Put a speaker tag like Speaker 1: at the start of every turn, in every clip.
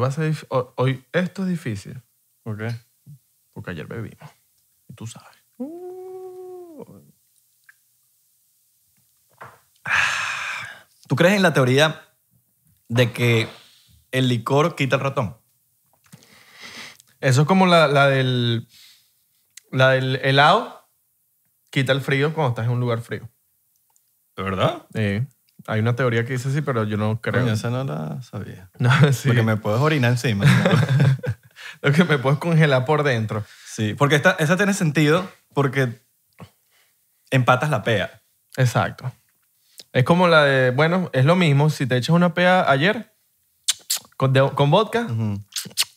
Speaker 1: va a ser. dif- ho- Hoy esto es difícil.
Speaker 2: ¿Por qué?
Speaker 1: Porque ayer bebimos. Y tú sabes.
Speaker 2: ¿Tú crees en la teoría de que el licor quita el ratón?
Speaker 1: Eso es como la, la del. La del helado. Quita el frío cuando estás en un lugar frío.
Speaker 2: ¿De verdad?
Speaker 1: Sí. Hay una teoría que dice sí, pero yo no creo.
Speaker 2: Coño, esa no la sabía.
Speaker 1: No, sí.
Speaker 2: Porque me puedes orinar encima.
Speaker 1: Lo que me puedes congelar por dentro.
Speaker 2: sí, porque esta, esa tiene sentido porque empatas la pea.
Speaker 1: Exacto. Es como la de, bueno, es lo mismo. Si te echas una pea ayer con, de- con vodka,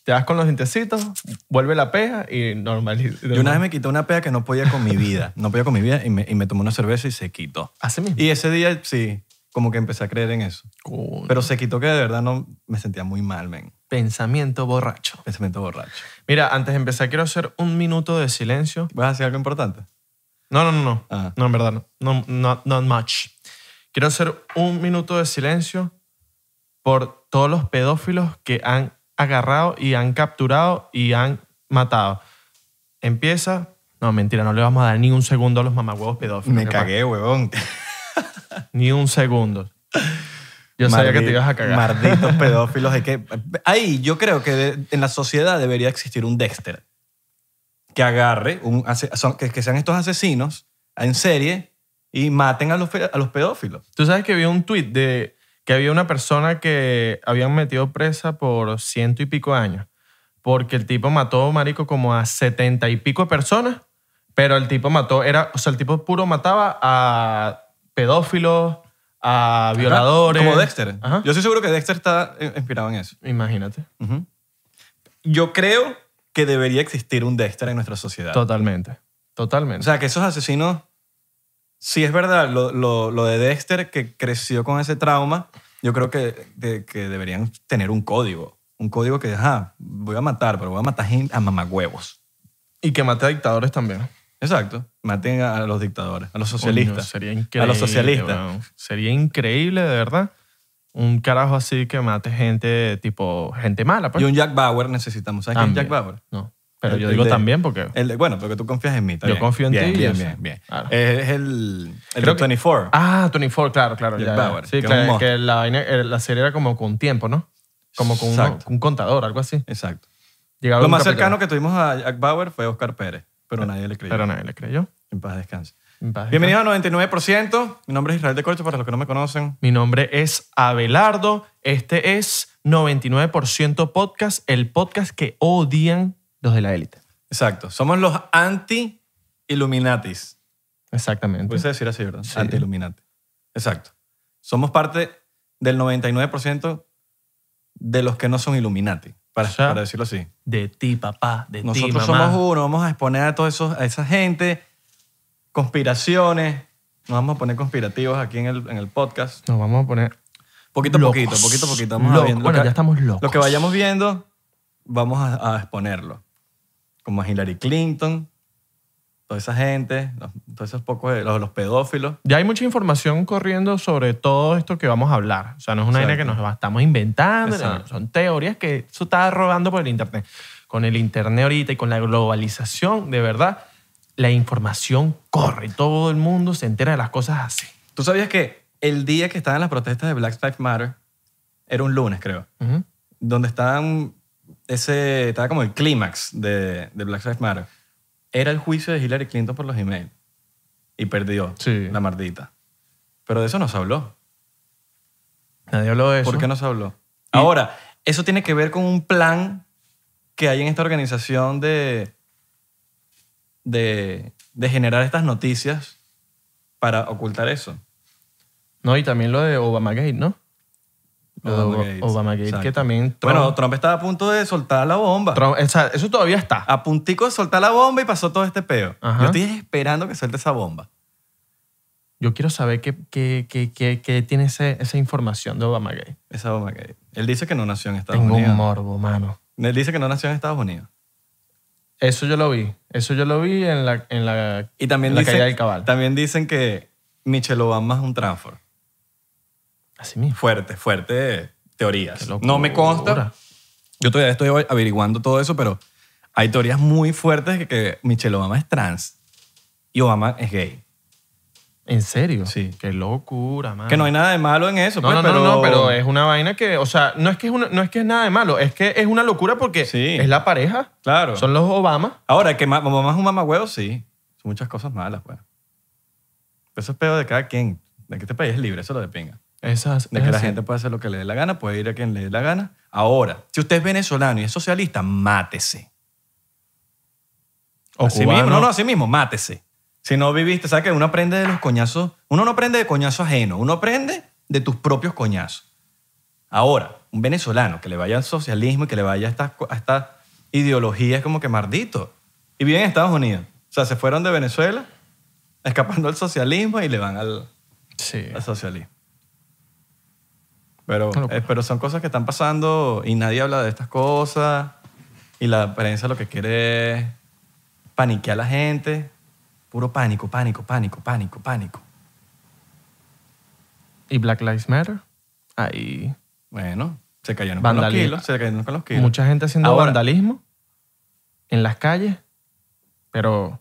Speaker 1: te das con los dientecitos, vuelve la pea y normaliza.
Speaker 2: Yo una vez me quité una pea que no podía con mi vida. No podía con mi vida y me, y me tomé una cerveza y se quitó.
Speaker 1: Así mismo.
Speaker 2: Y ese día, sí, como que empecé a creer en eso.
Speaker 1: Coño.
Speaker 2: Pero se quitó que de verdad no me sentía muy mal, men.
Speaker 1: pensamiento borracho.
Speaker 2: Pensamiento borracho.
Speaker 1: Mira, antes de empezar, quiero hacer un minuto de silencio.
Speaker 2: ¿Vas a hacer algo importante?
Speaker 1: No, no, no, no.
Speaker 2: Ah.
Speaker 1: No, en verdad, no. No, not, not much. Quiero hacer un minuto de silencio por todos los pedófilos que han agarrado y han capturado y han matado. Empieza. No, mentira, no le vamos a dar ni un segundo a los mamagüevos pedófilos.
Speaker 2: Me
Speaker 1: capaz.
Speaker 2: cagué, huevón.
Speaker 1: Ni un segundo. Yo sabía que te ibas a cagar.
Speaker 2: Malditos pedófilos. Hay que... Ahí yo creo que de- en la sociedad debería existir un Dexter que agarre, un, ase- son- que, que sean estos asesinos en serie y maten a los, pe- a los pedófilos.
Speaker 1: Tú sabes que había un tweet de que había una persona que habían metido presa por ciento y pico años. Porque el tipo mató, marico, como a setenta y pico de personas. Pero el tipo mató, era, o sea, el tipo puro mataba a pedófilos, a violadores.
Speaker 2: Como Dexter.
Speaker 1: Ajá.
Speaker 2: Yo estoy seguro que Dexter está eh, inspirado en eso.
Speaker 1: Imagínate.
Speaker 2: Ujú. Yo creo que debería existir un Dexter en nuestra sociedad.
Speaker 1: Totalmente. Totalmente.
Speaker 2: O sea, que esos asesinos, si es verdad lo, lo- lo de Dexter, que creció con ese trauma, yo creo que, de- que deberían tener un código. Un código que, ah, voy a matar, pero voy a matar gente a mamagüevos.
Speaker 1: y que mate a dictadores también.
Speaker 2: Exacto. Maten a, a los dictadores, a los
Speaker 1: Coño,
Speaker 2: socialistas.
Speaker 1: sería increíble.
Speaker 2: A los socialistas.
Speaker 1: weón. Sería increíble, de verdad. Un carajo así que mate gente, tipo, gente mala, pues.
Speaker 2: Y un Jack Bauer necesitamos. ¿Sabes quién es Jack
Speaker 1: También.
Speaker 2: Bauer?
Speaker 1: No. Pero
Speaker 2: El-
Speaker 1: yo
Speaker 2: el
Speaker 1: digo
Speaker 2: de-
Speaker 1: también porque.
Speaker 2: El de- bueno, porque tú confías en mí. está
Speaker 1: Yo
Speaker 2: bien.
Speaker 1: confío en
Speaker 2: Bien,
Speaker 1: ti y
Speaker 2: Bien,
Speaker 1: eso.
Speaker 2: bien, bien.
Speaker 1: Claro.
Speaker 2: Es, es el, el
Speaker 1: Creo
Speaker 2: de
Speaker 1: que-
Speaker 2: 24.
Speaker 1: Ah, 24, claro, claro.
Speaker 2: Jack
Speaker 1: ya, ya.
Speaker 2: Bauer, que
Speaker 1: Sí,
Speaker 2: es un
Speaker 1: claro.
Speaker 2: monstruo.
Speaker 1: Que la, vaina- eh, la serie era como con tiempo, ¿no? Como con uno-
Speaker 2: Exacto.
Speaker 1: un contador, algo así.
Speaker 2: Exacto.
Speaker 1: Llegaba
Speaker 2: Lo
Speaker 1: un
Speaker 2: más
Speaker 1: capítulo, Eh,
Speaker 2: cercano que tuvimos a Jack Bauer fue Oscar Pérez, pero nadie le creyó.
Speaker 1: Pero nadie le creyó.
Speaker 2: En paz descanse.
Speaker 1: En paz,
Speaker 2: Bienvenido a 99%. Mi nombre es Israel de Corcho, para los que no me conocen.
Speaker 1: Mi nombre es Abelardo. Este es 99% Podcast, el podcast que odian los de la élite.
Speaker 2: Exacto. Somos los anti-Illuminatis.
Speaker 1: Exactamente.
Speaker 2: Puedes decir así, ¿verdad?
Speaker 1: Sí.
Speaker 2: Anti-Illuminati. Exacto. Somos parte del 99% de los que no son Illuminati, para,
Speaker 1: O sea,
Speaker 2: para decirlo así.
Speaker 1: de ti, papá, de ti,
Speaker 2: Nosotros
Speaker 1: mamá.
Speaker 2: somos uno, vamos a exponer a, todos esos, a esa gente, conspiraciones. Nos vamos a poner conspirativos aquí en el, en el podcast.
Speaker 1: Nos vamos a poner
Speaker 2: Poquito a
Speaker 1: locos.
Speaker 2: poquito, poquito a poquito. Vamos a
Speaker 1: Locos.
Speaker 2: viendo lo
Speaker 1: Bueno,
Speaker 2: que-
Speaker 1: ya estamos locos.
Speaker 2: Lo que vayamos viendo, vamos a, a exponerlo. Como a Hillary Clinton, toda esa gente, los- todos esos pocos, de- los, los pedófilos.
Speaker 1: Ya hay mucha información corriendo sobre todo esto que vamos a hablar. O sea, no es una idea que
Speaker 2: Exacto.
Speaker 1: nos la estamos inventando. no, no,
Speaker 2: Exacto.
Speaker 1: Son teorías que eso está rodando por el Internet. Con el Internet ahorita y con la globalización, de verdad, la información corre. y Todo el mundo se entera de las cosas así.
Speaker 2: ¿Tú sabías que el día que estaban las protestas de Black Lives Matter, era un lunes, creo,
Speaker 1: Ujú.
Speaker 2: donde estaban ese, estaba como el clímax de, de Black Lives Matter, era el juicio de Hillary Clinton por los emails. Y perdió
Speaker 1: Sí.
Speaker 2: la mardita. Pero de eso no se habló.
Speaker 1: Nadie habló de eso.
Speaker 2: ¿Por qué no se habló? Ahora, eso tiene que ver con un plan que hay en esta organización de, de, de generar estas noticias para ocultar eso.
Speaker 1: No, y también lo de Obamagate, ¿no? Lo de
Speaker 2: Obamagate.
Speaker 1: Obamagate, que
Speaker 2: Exacto.
Speaker 1: también Trump-
Speaker 2: Bueno, Trump estaba a punto de soltar la bomba.
Speaker 1: Trump- o sea, eso todavía está.
Speaker 2: A puntico de soltar la bomba y pasó todo este peo.
Speaker 1: Ajá.
Speaker 2: Yo estoy esperando que suelte esa bomba.
Speaker 1: Yo quiero saber qué, qué, qué, qué, qué tiene ese- esa información de Obama Gay.
Speaker 2: Esa bomba que... Él dice que no nació en Estados
Speaker 1: Tengo un
Speaker 2: Unidos.
Speaker 1: morbo, mano.
Speaker 2: Él dice que no nació en Estados Unidos.
Speaker 1: Eso yo lo vi. Eso yo lo vi en la, en la,
Speaker 2: Y también,
Speaker 1: en la
Speaker 2: dicen,
Speaker 1: caída del cabal.
Speaker 2: también dicen que Michelle Obama es un transfer.
Speaker 1: Así mismo.
Speaker 2: Fuerte, fuerte teorías.
Speaker 1: Qué locura.
Speaker 2: No me consta, Yo todavía estoy averiguando todo eso, pero hay teorías muy fuertes que, que Michelle Obama es trans y Obama es gay.
Speaker 1: ¿En serio?
Speaker 2: Sí.
Speaker 1: Qué locura, man.
Speaker 2: Que no hay nada de malo en eso.
Speaker 1: Ah. No,
Speaker 2: pues,
Speaker 1: no,
Speaker 2: pero...
Speaker 1: no, no, pero es una vaina que, o sea, no es que es, una- no es, que es nada de malo, es que es una locura porque
Speaker 2: Sí.
Speaker 1: es la pareja,
Speaker 2: Claro.
Speaker 1: son los Obama.
Speaker 2: Ahora, que ma- mamá es un mamagüeo, sí. Son muchas cosas malas, pues. Pero Eso es pedo de cada quien. De que este país es libre, eso lo de pinga.
Speaker 1: Esas,
Speaker 2: De
Speaker 1: es
Speaker 2: que la
Speaker 1: así.
Speaker 2: gente puede hacer lo que le dé la gana, puede ir a quien le dé la gana. Ahora, si usted es venezolano y es socialista, mátese.
Speaker 1: O
Speaker 2: así
Speaker 1: cubano.
Speaker 2: mismo, no, no, así mismo, mátese. Si no viviste, ¿sabes que uno aprende de los coñazos? Uno no aprende de coñazos ajenos, uno aprende de tus propios coñazos. Ahora, un venezolano que le vaya al socialismo y que le vaya a estas co- a estas ideologías como que mardito. Y viven en Estados Unidos. O sea, se fueron de Venezuela escapando al socialismo y le van al,
Speaker 1: Sí.
Speaker 2: al socialismo. Pero,
Speaker 1: Una locura.
Speaker 2: eh, pero son cosas que están pasando y nadie habla de estas cosas. Y la prensa lo que quiere es paniquear a la gente. Puro pánico, pánico, pánico, pánico, pánico.
Speaker 1: ¿Y Black Lives Matter? Ahí.
Speaker 2: Bueno, se cayeron con
Speaker 1: Vandalismo.
Speaker 2: los kilos. Se cayeron con los kilos.
Speaker 1: Mucha gente haciendo
Speaker 2: Ahora-
Speaker 1: vandalismo en las calles, pero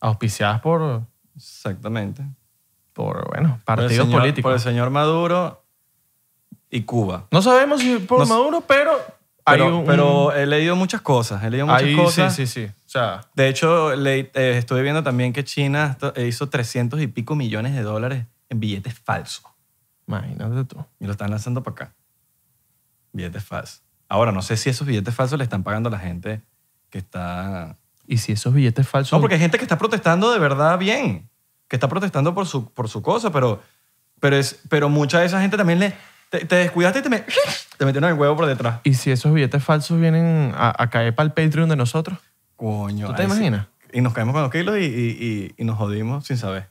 Speaker 1: auspiciadas por,
Speaker 2: Exactamente.
Speaker 1: por bueno,
Speaker 2: Por el
Speaker 1: partidos
Speaker 2: señor-
Speaker 1: políticos.
Speaker 2: Por el señor Maduro y Cuba.
Speaker 1: No sabemos si por
Speaker 2: No sé.
Speaker 1: Maduro, pero, hay
Speaker 2: Pero,
Speaker 1: un-
Speaker 2: pero he leído muchas cosas. He leído muchas
Speaker 1: hay-
Speaker 2: cosas.
Speaker 1: Sí, sí, sí. O sea,
Speaker 2: De hecho, le, eh, estuve viendo también que China esto- eh, hizo 300 y pico millones de dólares en billetes falsos.
Speaker 1: imagínate tú.
Speaker 2: Y lo están lanzando para acá. Billetes falsos. Ahora, no sé si esos billetes falsos le están pagando a la gente que está...
Speaker 1: ¿Y si esos billetes falsos?
Speaker 2: No, porque hay gente que está protestando de verdad bien. Que está protestando por su, por su cosa, pero, pero, es, pero mucha de esa gente también le... Te, te descuidaste y te, me- te metieron el huevo por detrás.
Speaker 1: ¿Y si esos billetes falsos vienen a, a caer para el Patreon de nosotros?
Speaker 2: Coño.
Speaker 1: ¿Tú te
Speaker 2: ahí sí.
Speaker 1: imaginas?
Speaker 2: Y nos caemos con los kilos y, y- y- y nos jodimos sin saber.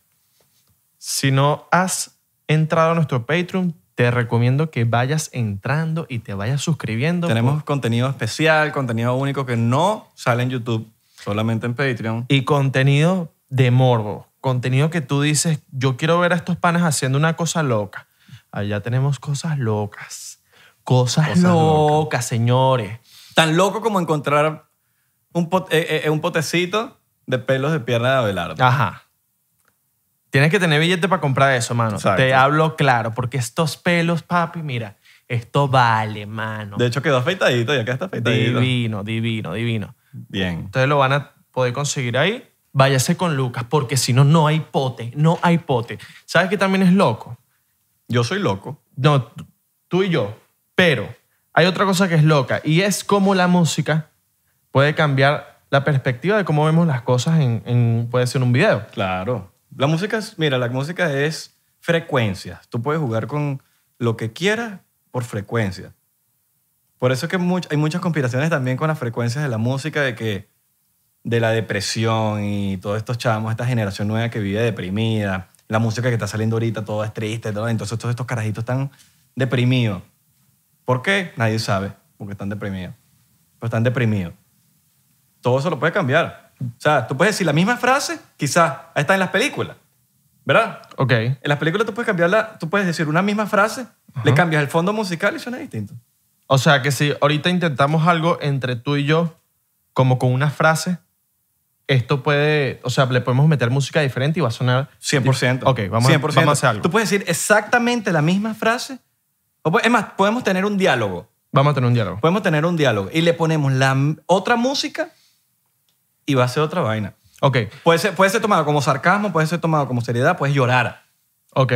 Speaker 1: Si no has entrado a nuestro Patreon, te recomiendo que vayas entrando y te vayas suscribiendo.
Speaker 2: Tenemos contenido especial, contenido único que no sale en YouTube, solamente en Patreon.
Speaker 1: Y contenido de morbo. Contenido que tú dices, yo quiero ver a estos panas haciendo una cosa loca. Allá tenemos cosas locas. Cosas,
Speaker 2: Cosas
Speaker 1: locas,
Speaker 2: locas.
Speaker 1: señores.
Speaker 2: Tan loco como encontrar un, pot- eh, eh, un potecito de pelos de pierna de Abelardo.
Speaker 1: Ajá. Tienes que tener billete para comprar eso, mano.
Speaker 2: Exacto.
Speaker 1: Te hablo claro, porque estos pelos, papi, mira, esto vale, mano.
Speaker 2: De hecho, quedó afeitadito, ya que está afeitadito.
Speaker 1: Divino, divino, divino.
Speaker 2: Bien.
Speaker 1: Ustedes lo van a poder conseguir ahí. Váyase con Lucas, porque si no, no hay pote. No hay pote. ¿Sabes qué también es loco?
Speaker 2: Yo soy loco.
Speaker 1: No, t- tú y yo. Pero hay otra cosa que es loca y es cómo la música puede cambiar la perspectiva de cómo vemos las cosas en, en- puede ser un video.
Speaker 2: Claro. La música, es- mira, la música es frecuencias. Tú puedes jugar con lo que quieras por frecuencia. Por eso es que much- hay muchas conspiraciones también con las frecuencias de la música, de que de la depresión y todos estos chamos, esta generación nueva que vive deprimida, la música que está saliendo ahorita, todo es triste, todo, entonces todos estos carajitos están deprimidos. ¿Por qué? Nadie sabe, porque están deprimidos. Pero están deprimidos todo eso lo puede cambiar. O sea, tú puedes decir la misma frase, quizás ahí está en las películas, ¿verdad?
Speaker 1: Ok.
Speaker 2: En las películas tú puedes cambiarla, tú puedes decir una misma frase, le cambias el fondo musical y suena distinto.
Speaker 1: O sea que si ahorita intentamos algo entre tú y yo, como con una frase, esto puede, o sea, le podemos meter música diferente y va a sonar...
Speaker 2: 100%.
Speaker 1: Ok, vamos, a-
Speaker 2: 100%.
Speaker 1: vamos a hacer algo.
Speaker 2: Tú puedes decir exactamente la misma frase. O pu- es más, podemos tener un diálogo.
Speaker 1: Vamos a tener un diálogo.
Speaker 2: Podemos tener un diálogo y le ponemos la m- otra música y va a ser otra vaina.
Speaker 1: Ok,
Speaker 2: Puede ser, puede ser tomado como sarcasmo, puede ser tomado como seriedad, puedes llorar
Speaker 1: ok.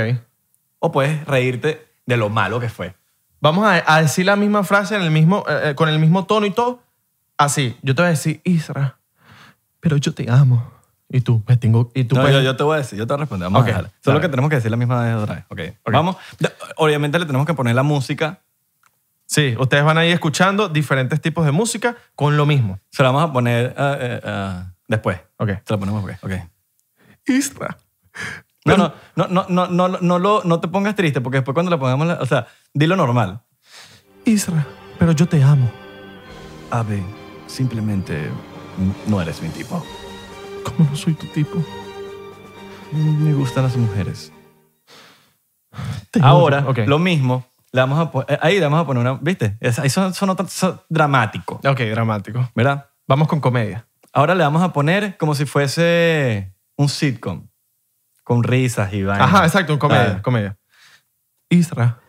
Speaker 2: o puedes reírte de lo malo que fue.
Speaker 1: Vamos a, a decir la misma frase en el mismo, eh, eh, con el mismo tono y todo. Así, yo te voy a decir, Isra, pero yo te amo. Y tú, me tengo... Y tú
Speaker 2: No,
Speaker 1: pues-
Speaker 2: yo, yo te voy a decir, yo te voy a responder. Vamos
Speaker 1: Ok,
Speaker 2: a dejar.
Speaker 1: dale.
Speaker 2: Solo que tenemos que decir la misma vez otra vez. Ok, Vamos. Ya, Obviamente le tenemos que poner la música.
Speaker 1: Sí, ustedes van a ir escuchando diferentes tipos de música con lo mismo.
Speaker 2: Se la vamos a poner ah, eh, ah, después.
Speaker 1: Ok.
Speaker 2: Se la ponemos después. Ok.
Speaker 1: Isra.
Speaker 2: No, no, no, no, no, no, no, lo- no te pongas triste porque después cuando la pongamos, la- o sea, dilo normal.
Speaker 1: Isra, pero yo te amo.
Speaker 2: Ave, simplemente no eres mi tipo.
Speaker 1: Como no soy tu tipo.
Speaker 2: Me gustan las mujeres.
Speaker 1: Te
Speaker 2: Ahora,
Speaker 1: odio. Ok.
Speaker 2: lo mismo, Le vamos a po- eh, ahí le vamos a poner una, ¿viste? Es- Ahí son, son, otras- son dramático,
Speaker 1: Ok, dramático.
Speaker 2: ¿verdad?
Speaker 1: Vamos con comedia.
Speaker 2: Ahora le vamos a poner como si fuese un sitcom, con risas y vainas.
Speaker 1: Ajá, exacto, comedia,
Speaker 2: Claro.
Speaker 1: comedia. Isra,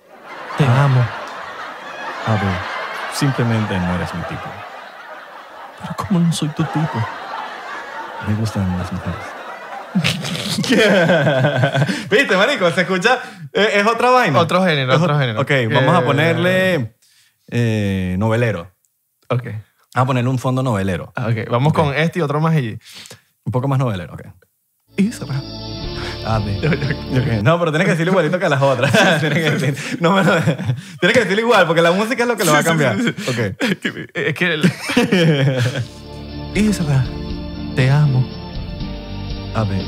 Speaker 2: Te
Speaker 1: Ah. amo.
Speaker 2: Abu, Ah, pues, simplemente no eres mi tipo.
Speaker 1: Pero ¿cómo no soy tu tipo?
Speaker 2: Me gustan las mujeres. ¿Viste, marico? Se escucha... eh, Es otra vaina.
Speaker 1: Otro género,
Speaker 2: Es
Speaker 1: otro
Speaker 2: ot-
Speaker 1: género.
Speaker 2: Ok, vamos a
Speaker 1: Eh,
Speaker 2: ponerle eh, novelero.
Speaker 1: Ok,
Speaker 2: Vamos a ponerle un fondo novelero.
Speaker 1: ah, ok. Vamos con este y otro más allí.
Speaker 2: Un poco más novelero, ok. Ah,
Speaker 1: Isra.
Speaker 2: Ok, No, pero tienes que decirlo igualito que a las otras. tienes, que decir, no, me lo- tienes que decirlo igual, porque la música es lo que lo va a
Speaker 1: Sí, sí,
Speaker 2: cambiar.
Speaker 1: sí,
Speaker 2: Ok.
Speaker 1: Es que... el- Isra, te amo.
Speaker 2: A ver.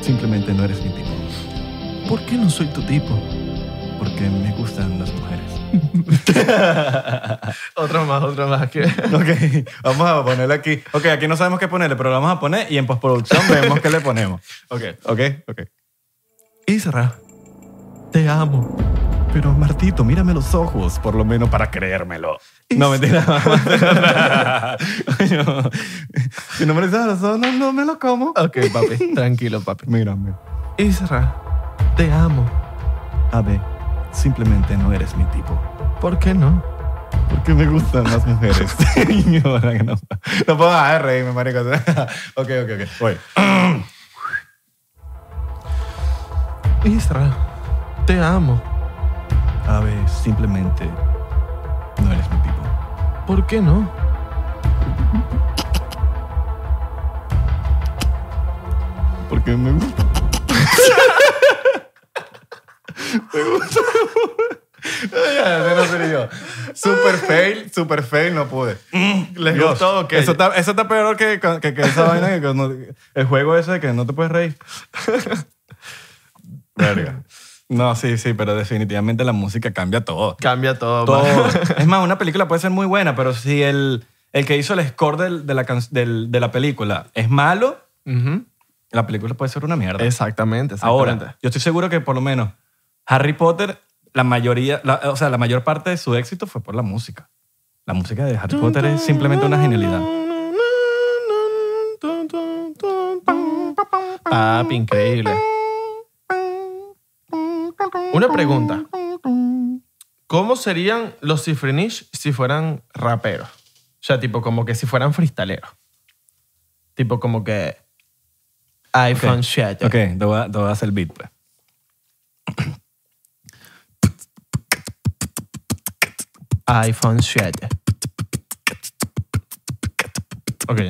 Speaker 2: Simplemente no eres mi tipo.
Speaker 1: ¿Por qué no soy tu tipo?
Speaker 2: Porque me gustan las mujeres.
Speaker 1: Otro más, otro más. que-
Speaker 2: Ok, vamos a ponerlo aquí. Ok, aquí no sabemos qué ponerle, pero lo vamos a poner y en postproducción vemos qué le ponemos.
Speaker 1: Ok.
Speaker 2: Ok, ok.
Speaker 1: Isra, te amo.
Speaker 2: Pero Martito, mírame los ojos, por lo menos para creérmelo.
Speaker 1: Es-
Speaker 2: No, mentira. Coño, si no me lo dices a los ojos, no, no me lo como.
Speaker 1: Ok, papi. Tranquilo, papi.
Speaker 2: Mírame.
Speaker 1: Isra, te amo.
Speaker 2: Ave, simplemente no eres mi tipo.
Speaker 1: ¿Por qué no?
Speaker 2: Porque me gustan las mujeres. Coño, verdad que no, no puedo dejar de reírme, marico. ok, ok, ok. Voy.
Speaker 1: Isra, te amo.
Speaker 2: Ave, simplemente no eres mi tipo.
Speaker 1: ¿Por qué no?
Speaker 2: Porque me gusta. me gusta. ya, ese no seré yo. Super fail, super fail, no pude.
Speaker 1: ¿Les
Speaker 2: Mm. Dios,
Speaker 1: gustó o qué?
Speaker 2: Eso está, eso está peor que, que- que esa vaina, que cuando- el juego ese de que no te puedes reír. Verga. No, sí, sí, pero definitivamente la música cambia todo.
Speaker 1: Cambia todo.
Speaker 2: Todo.
Speaker 1: man.
Speaker 2: Es más, una película puede ser muy buena, pero si el, el que hizo el score del- de, la, can- del- de la película es malo,
Speaker 1: Ujú.
Speaker 2: la película puede ser una mierda.
Speaker 1: Exactamente, exactamente.
Speaker 2: Ahora, yo estoy seguro que por lo menos Harry Potter, la mayoría, la- o sea, la mayor parte de su éxito fue por la música. La música de Harry Potter es simplemente una genialidad.
Speaker 1: Papi, Ah, increíble. Una pregunta. ¿Cómo serían los Cifrinish si fueran raperos? O sea, tipo como que si fueran freestaleros. Tipo como que iPhone shit.
Speaker 2: Ok, te voy a, te voy a hacer el beat, pues.
Speaker 1: iPhone shit. Ok.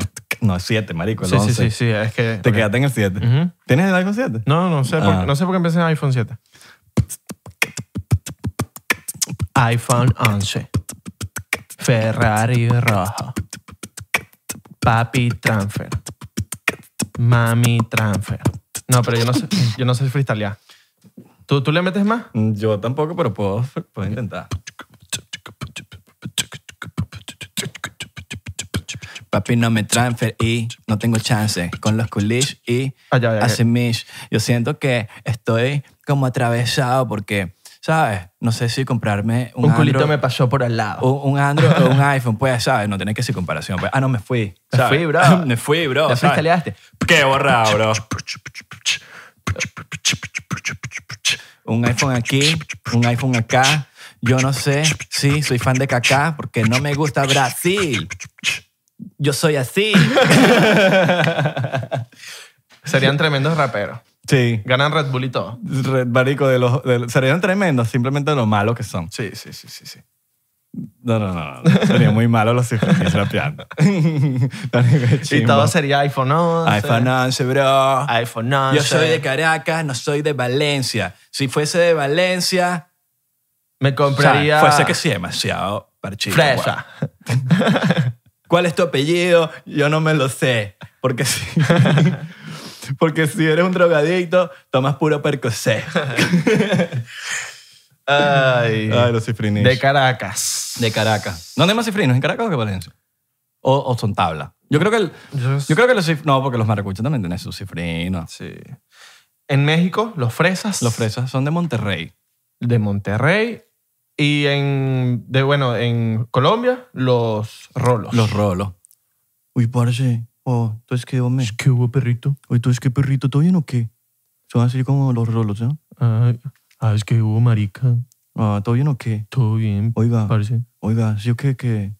Speaker 2: No, es 7, marico, el
Speaker 1: Sí, sí, sí,
Speaker 2: 11.
Speaker 1: sí, es que...
Speaker 2: Te
Speaker 1: ok.
Speaker 2: quedaste en el 7.
Speaker 1: Ujú.
Speaker 2: ¿Tienes el iPhone 7?
Speaker 1: No, no sé, por,
Speaker 2: Ah.
Speaker 1: no sé por qué empecé en iPhone 7. iPhone 11. Ferrari rojo. Papi transfer. Mami transfer. No, pero yo no sé, yo no sé freestylear. ¿Tú, ¿Tú le metes más?
Speaker 2: Mm, Yo tampoco, pero puedo, puedo intentar.
Speaker 3: Papi no me transfer y no tengo chance con los culish y
Speaker 1: Ah, ya, ya, ya.
Speaker 3: así mis. Yo siento que estoy como atravesado porque, ¿sabes? No sé si comprarme un,
Speaker 1: Un, culito
Speaker 3: Android-
Speaker 1: me pasó por al lado.
Speaker 3: un, un Android o un iPhone, pues, ¿sabes? No tenés que ser comparación. pues. Ah, no, me fui.
Speaker 1: Me
Speaker 3: ¿sabes?
Speaker 1: fui, bro.
Speaker 3: me fui, bro.
Speaker 1: ¿Le
Speaker 3: ¿sabes?
Speaker 1: freestyleaste?
Speaker 3: Qué borrado, bro. Un iPhone aquí, un iPhone acá. Yo no sé, sí, soy fan de Kaká porque no me gusta Brasil. Yo soy así.
Speaker 1: Serían tremendos raperos.
Speaker 2: Sí.
Speaker 1: Ganan Red Bull y todo.
Speaker 2: Re- Marico, de los, de, serían tremendos, simplemente de lo malos que son.
Speaker 1: Sí, sí, sí, sí. sí.
Speaker 2: No, no, no. no. Sería muy malo los cifres rapeando.
Speaker 1: Y todo sería iPhone 11.
Speaker 3: iPhone 11, bro.
Speaker 1: iPhone 11.
Speaker 3: Yo soy de Caracas, no soy de Valencia. Si fuese de Valencia,
Speaker 1: Me compraría.
Speaker 3: ¿sabes? fuese que sí, demasiado parchito. guau.
Speaker 1: Fresa.
Speaker 3: ¿Cuál es tu apellido? Yo no me lo sé.
Speaker 2: Porque si, porque si eres un drogadicto, tomas puro percocet.
Speaker 1: Ay.
Speaker 2: Ay, los cifrinish.
Speaker 1: de Caracas.
Speaker 3: De Caracas. ¿Dónde hay más cifrinos? ¿En Caracas o en Valencia? O, o son tabla. Yo creo que, el- yo creo que los cifrinos... No, porque los maracuchos también tienen sus cifrinos.
Speaker 1: Sí. En México, los fresas.
Speaker 3: Los fresas son de Monterrey.
Speaker 1: de Monterrey y en, de, bueno, en Colombia, los rolos.
Speaker 3: Los rolos.
Speaker 2: Uy, parce. Oh, tú es que, hombre.
Speaker 1: ¿Qué hubo, perrito?
Speaker 2: Uy, tú es que, perrito, ¿todo bien o qué? Son así como los rolos, ¿no?
Speaker 1: Ay, ah, es que hubo, marica.
Speaker 2: Ah, ¿todo bien o qué?
Speaker 1: Todo bien,
Speaker 3: Ah.
Speaker 2: Oiga,
Speaker 1: parce.
Speaker 2: oiga, sí o qué, que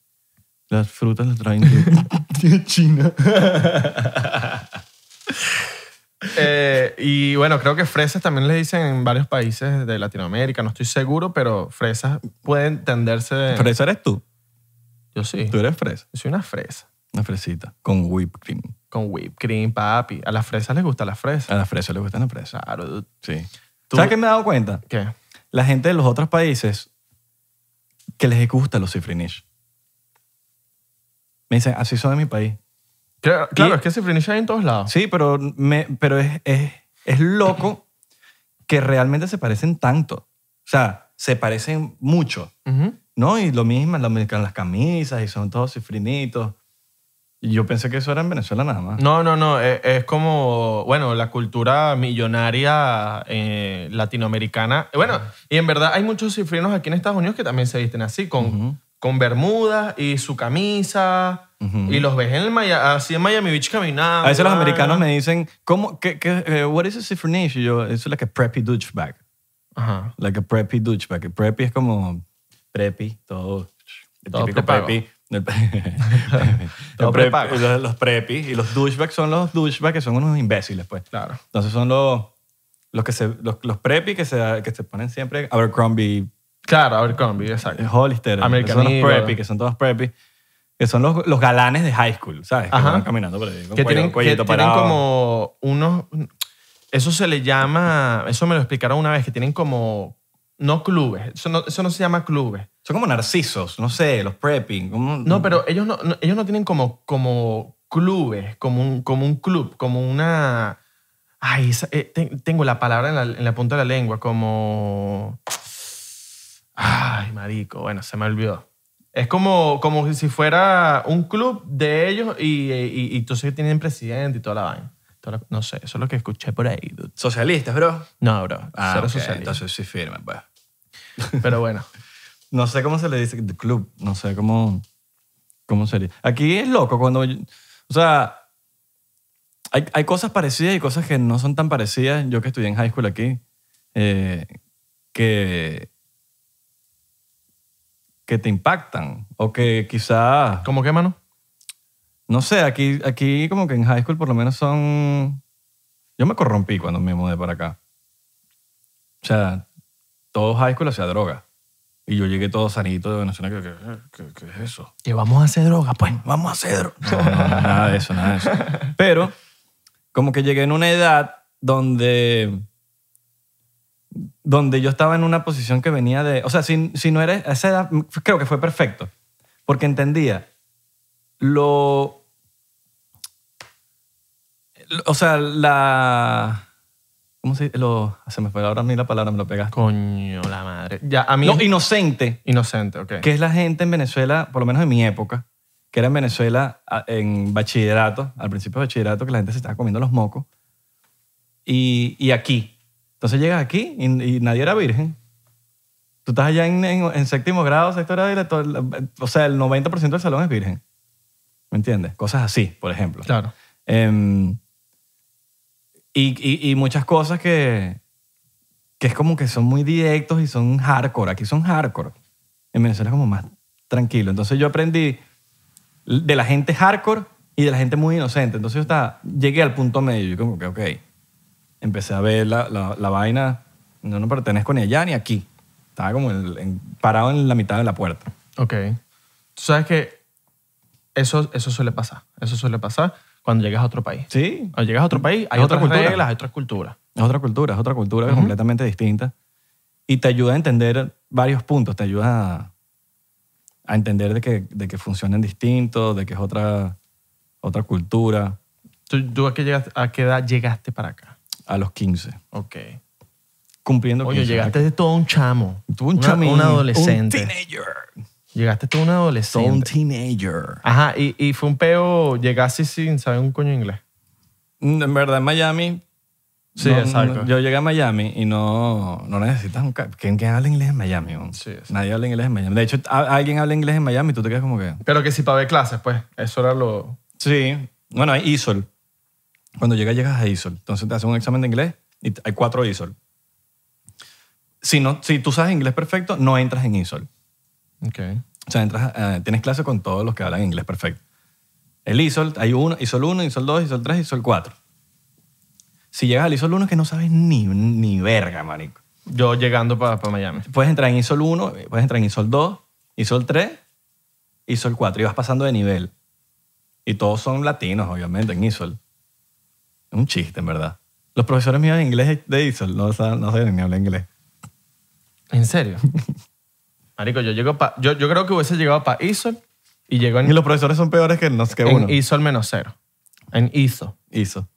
Speaker 2: las frutas las traen de, de China.
Speaker 1: Eh, y bueno, creo que fresas también le dicen en varios países de Latinoamérica. No estoy seguro, pero fresas pueden entenderse. de-
Speaker 2: Fresa eres tú.
Speaker 1: Yo sí.
Speaker 2: Tú eres fresa.
Speaker 1: Yo soy una fresa.
Speaker 2: Una fresita. Con whipped cream.
Speaker 1: Con whipped cream, papi. A las fresas les gusta la fresa.
Speaker 2: A las fresas les gustan las fresas.
Speaker 1: Claro. dude.
Speaker 2: Sí.
Speaker 1: Tú-
Speaker 2: ¿Sabes qué me he dado cuenta?
Speaker 1: ¿Qué?
Speaker 2: La gente de los otros países que les gusta los cifrinish. Me dicen, así son en mi país.
Speaker 1: Claro, claro,
Speaker 2: Y-
Speaker 1: es que cifrinish hay en todos lados.
Speaker 2: Sí, pero, me, pero es, es, es loco que realmente se parecen tanto. O sea, se parecen mucho,
Speaker 1: Ujú.
Speaker 2: ¿no? Y lo mismo, las, las camisas y son todos cifrinitos. Y yo pensé que eso era en Venezuela nada más.
Speaker 1: No, no, no. Es, es como, bueno, la cultura millonaria eh, latinoamericana. Eh, Bueno,
Speaker 2: Ah.
Speaker 1: y en verdad hay muchos cifrinos aquí en Estados Unidos que también se visten así, con, con bermudas y su camisa.
Speaker 2: Ujú.
Speaker 1: Y los ves en el Maya- así en Miami Beach caminando.
Speaker 2: A veces los
Speaker 1: ah.
Speaker 2: americanos me dicen, ¿cómo? ¿Qué? qué eh, what is a cifrinish? Y yo, it's like a preppy douchebag.
Speaker 1: Ajá.
Speaker 2: Like a preppy douchebag. Preppy es como preppy, todo. El
Speaker 1: Todo
Speaker 2: típico
Speaker 1: prepago.
Speaker 2: preppy. El-
Speaker 1: Todo
Speaker 2: el prep-
Speaker 1: prepago.
Speaker 2: Los, los preppy y los douchebags son los douchebags que son unos imbéciles, pues.
Speaker 1: Claro.
Speaker 2: Entonces son los, los que se, los, los preppy que se, que se ponen siempre Abercrombie, eh,
Speaker 1: Claro, Abercrombie, exacto.
Speaker 2: Hollister.
Speaker 1: American
Speaker 2: son los
Speaker 1: Eagle.
Speaker 2: preppy, que son todos preppy. Que son los, los galanes de high school, ¿sabes? Que
Speaker 1: Ajá.
Speaker 2: van caminando por ahí con
Speaker 1: Que
Speaker 2: Eh, cuello-
Speaker 1: tienen, que
Speaker 2: cuellito
Speaker 1: tienen
Speaker 2: parado.
Speaker 1: como unos... Eso se le llama... Eso me lo explicaron una vez, que tienen como... No clubes. Eso no, eso no se llama clubes.
Speaker 2: Son como narcisos, no sé, los preppy. como-
Speaker 1: No, pero ellos no, no- ellos no tienen como, como clubes, como un, como un club, como una... Ay, esa- eh, ten- tengo la palabra en la, en la punta de la lengua, como... Ay, marico, bueno, se me olvidó. Es como, como si fuera un club de ellos y, y, y entonces tienen presidente y toda la vaina. Toda la- no sé, eso es lo que escuché por ahí. dude.
Speaker 2: Socialistas, bro.
Speaker 1: No, bro,
Speaker 2: Ah,
Speaker 1: cero
Speaker 2: ok,
Speaker 1: socialista.
Speaker 2: entonces sí firme, pues.
Speaker 1: Pero bueno,
Speaker 2: No sé cómo se le dice the club, no sé cómo, cómo sería. Aquí es loco cuando, yo- o sea, hay, hay cosas parecidas y cosas que no son tan parecidas. Yo que estudié en high school aquí, eh, que, que te impactan o que quizás
Speaker 1: ¿cómo qué, mano?
Speaker 2: no sé, aquí, aquí como que en high school por lo menos son... Yo me corrompí cuando me mudé para acá. O sea, todo high school hacía droga. Y yo llegué todo sanito de Venezuela. ¿Qué, qué- qué es eso?
Speaker 1: Llevamos a hacer droga, pues.
Speaker 2: Vamos a hacer droga. No, no, no, nada de eso, nada de eso. Pero como que llegué en una edad donde... Donde yo estaba en una posición que venía de... O sea, si, si no eres... A esa edad creo que fue perfecto. Porque entendía lo... lo- O sea, la... ¿Cómo se dice? Lo, se me fue ahora a mí la palabra, me lo pegaste.
Speaker 1: Coño, la madre. Ya, a mí...
Speaker 2: No, inocente,
Speaker 1: Inocente, ok.
Speaker 2: que es la gente en Venezuela, por lo menos en mi época, que era en Venezuela a- en bachillerato, al principio de bachillerato, que la gente se estaba comiendo los mocos. Y, y aquí. Entonces llegas aquí y, y nadie era virgen. Tú estás allá en, en- en séptimo grado, sexto grado, y la- todo el- o sea, el 90% del salón es virgen. ¿Me entiendes? Cosas así, por ejemplo.
Speaker 1: Claro.
Speaker 2: Em, y, y- y muchas cosas que, que es como que son muy directos y son hardcore. Aquí son hardcore. En Venezuela es como más tranquilo. Entonces yo aprendí de la gente hardcore y de la gente muy inocente. Entonces yo estaba, llegué al punto medio. Yo como que, ok, empecé a ver la, la- la vaina. No, no pertenezco ni allá ni aquí. Estaba como en- en- parado en la mitad de la puerta.
Speaker 1: Ok. Tú sabes que eso, eso suele pasar. Eso suele pasar cuando llegas a otro país.
Speaker 2: Sí,
Speaker 1: Cuando llegas a otro país, hay
Speaker 2: Es otra
Speaker 1: otras
Speaker 2: cultura.
Speaker 1: reglas, hay otras culturas.
Speaker 2: Es otra cultura, es otra cultura completamente distinta. Y te ayuda a entender varios puntos, te ayuda a, a entender de que, de que funcionan distintos, de que es otra, otra cultura
Speaker 1: ¿Tú, tú a, qué llegaste, a qué edad llegaste para acá?
Speaker 2: a los 15.
Speaker 1: Ok.
Speaker 2: Cumpliendo
Speaker 1: Oye,
Speaker 2: 15.
Speaker 1: llegaste de todo un chamo.
Speaker 2: Tú un
Speaker 1: Una-
Speaker 2: chamín,
Speaker 1: Un adolescente.
Speaker 2: Un teenager.
Speaker 1: llegaste todo un adolescente.
Speaker 2: Todo un teenager.
Speaker 1: Ajá, y, y fue un peo, llegaste sin saber un coño inglés.
Speaker 2: Mm, En verdad, en Miami
Speaker 1: Sí,
Speaker 2: No-
Speaker 1: exacto.
Speaker 2: no- yo llegué a Miami y no, no necesitas un... ca- ¿Quién, quién habla inglés en Miami? weón?
Speaker 1: Sí, exacto.
Speaker 2: Nadie habla inglés en Miami. De hecho, a- alguien habla inglés en Miami y tú te quedas como que...
Speaker 1: Pero que si para ver clases, pues. Eso era lo...
Speaker 2: Sí. Bueno, hay ISOL. Cuando llegas, llegas a ISOL. Entonces te hacen un examen de inglés y t- hay cuatro ISOL. Si, no, si tú sabes inglés perfecto, no entras en ISOL.
Speaker 1: Ok.
Speaker 2: O sea, entras, a- eh, tienes clase con todos los que hablan inglés perfecto. El ISOL, hay uno, ISOL 1, ISOL 2, ISOL 3, ISOL 4. Si llegas al ISOL 1 es que no sabes ni, ni verga, marico.
Speaker 1: Yo llegando para, Miami.
Speaker 2: Puedes entrar en ISOL 1, puedes entrar en ISOL 2, ISOL 3, ISOL 4 y vas pasando de nivel. Y todos son latinos, obviamente, en ISOL. Es un chiste, en verdad. Los profesores míos de inglés de ISOL no saben, no saben ni hablar inglés.
Speaker 1: ¿En serio? Marico, yo llego pa- yo, yo creo que hubiese llegado para ISOL y llegó
Speaker 2: Y
Speaker 1: en,
Speaker 2: los profesores son peores que, nos- que
Speaker 1: en
Speaker 2: uno.
Speaker 1: ISOL menos cero. En ISO.
Speaker 2: Hizo.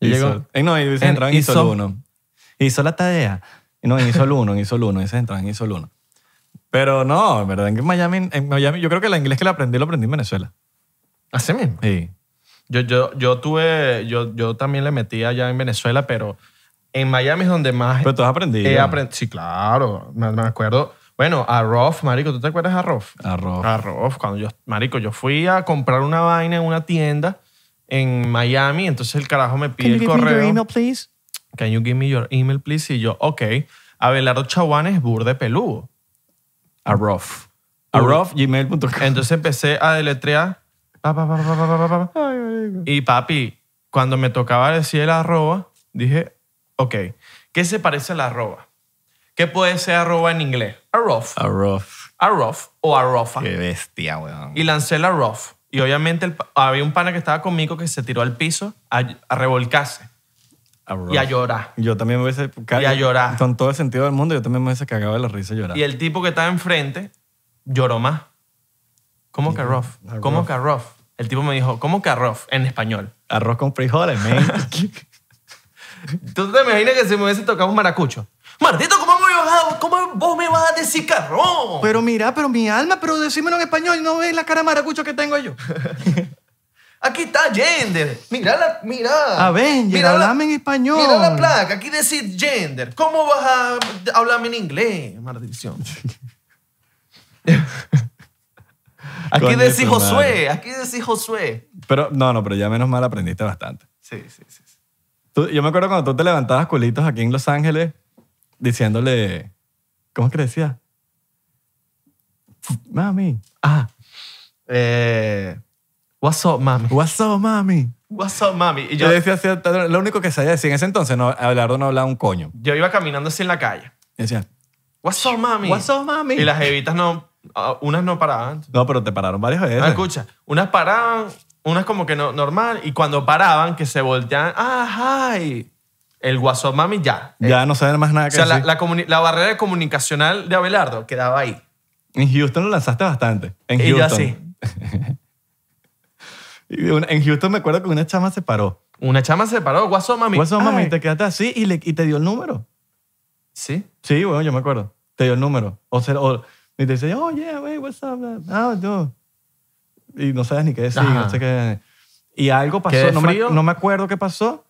Speaker 1: Y
Speaker 2: Hizo.
Speaker 1: llegó-
Speaker 2: Eh, no, y dice,
Speaker 1: en
Speaker 2: entraba en
Speaker 1: hizo.
Speaker 2: ISOL 1. Hizo la tarea. No, en ISOL 1, en ISOL 1. Dice, entraba en ISOL 1. Pero no, en verdad, en Miami, en Miami, yo creo que el inglés que lo aprendí, lo aprendí en Venezuela.
Speaker 1: Así mismo.
Speaker 2: Sí.
Speaker 1: Yo, yo, yo tuve, yo, yo también le metí allá en Venezuela, pero en Miami es donde más
Speaker 2: Pero tú has aprendido.
Speaker 1: he aprendido. Sí, claro, me, me acuerdo. Bueno, a Roth, marico, ¿tú te acuerdas a Roth?
Speaker 2: Arroz.
Speaker 1: A Roth, cuando yo, marico, yo fui a comprar una vaina en una tienda en Miami, entonces el carajo me pide el correo.
Speaker 2: please?
Speaker 1: Can you give me your email, please? Y yo, ok, Abelardo Chaguán es burde peludo.
Speaker 2: Arroz. Arroz, gmail.com.
Speaker 1: Entonces empecé a deletrear. pa, pa, pa, pa, pa, pa, pa, pa. Y papi, cuando me tocaba decir el arroba, dije, ok, ¿qué se parece al arroba? ¿Qué puede ser arroba en inglés? Arrof,
Speaker 2: Arroz.
Speaker 1: arrof o arrofa.
Speaker 2: Qué bestia, weón.
Speaker 1: Y lancé el arrof. Y obviamente el pa- había un pana que estaba conmigo que se tiró al piso a, a revolcarse
Speaker 2: Arroz.
Speaker 1: y a llorar.
Speaker 2: Yo también me hubiese...
Speaker 1: Y a llorar.
Speaker 2: Con todo el sentido del mundo, yo también me hubiese cagado de la risa llorar.
Speaker 1: Y el tipo que estaba enfrente lloró más. ¿Cómo que arrof? ¿Cómo que arrof? El tipo me dijo, ¿cómo que arrof? En español.
Speaker 2: Arroz con frijoles, man.
Speaker 1: ¿Tú te imaginas que si me hubiese tocado un maracucho? Martito, ¿cómo, me vas a- cómo vos me vas a decir carrón?
Speaker 2: Pero mira, pero mi alma, pero decímelo en español, no ves la cara de maracucho que tengo yo.
Speaker 1: Aquí está Gender. Mira la. Mira.
Speaker 2: A ver,
Speaker 1: Mira la-
Speaker 2: hablame en español.
Speaker 1: Mira la placa. Aquí dice Gender. ¿Cómo vas a hablarme en inglés? Maldición. aquí
Speaker 2: Coño,
Speaker 1: dice
Speaker 2: tu
Speaker 1: Josué. Aquí dice Josué.
Speaker 2: Pero no, no, pero ya menos mal aprendiste bastante.
Speaker 1: Sí, sí, sí. sí.
Speaker 2: Tú- yo me acuerdo cuando tú te levantabas culitos aquí en Los Ángeles diciéndole, ¿cómo es que le decías? Mami.
Speaker 1: Ah. Eh, what's up, mami?
Speaker 2: What's up, Eh. mami?
Speaker 1: What's up, mami? Y
Speaker 2: Yo
Speaker 1: yo,
Speaker 2: le decía, así, lo único que sabía decir en ese entonces, no, Abelardo no hablaba un coño.
Speaker 1: yo iba caminando así en la calle.
Speaker 2: Y decía,
Speaker 1: What's up, mami?
Speaker 2: What's up, mami?
Speaker 1: Y las evitas no, ah, unas no paraban.
Speaker 2: No, pero te pararon varias veces.
Speaker 1: Ah, escucha, unas paraban, unas como que no, normal, y cuando paraban, que se volteaban, ah, hi. El WhatsApp mami ya. Eh,
Speaker 2: ya no saben más nada
Speaker 1: o
Speaker 2: que
Speaker 1: sea, la,
Speaker 2: decir.
Speaker 1: la comuni- la barrera comunicacional de Abelardo quedaba ahí.
Speaker 2: En Houston lo lanzaste bastante. En
Speaker 1: Y yo
Speaker 2: Houston.
Speaker 1: así.
Speaker 2: Y una- en Houston me acuerdo que una chama se paró.
Speaker 1: Una chama se paró, WhatsApp mami.
Speaker 2: What's up,
Speaker 1: Ay.
Speaker 2: mami? Te quedaste así y, le- y te dio el número.
Speaker 1: Sí.
Speaker 2: Sí, bueno, yo me acuerdo. Te dio el número. O sea, o- y te dice, oh, yeah, wey, what's up? man? Ah, no. Y no sabes ni qué decir,
Speaker 1: Ajá.
Speaker 2: no sé qué. Y algo pasó,
Speaker 1: ¿Quedé
Speaker 2: no me,
Speaker 1: frío?
Speaker 2: no me acuerdo qué pasó,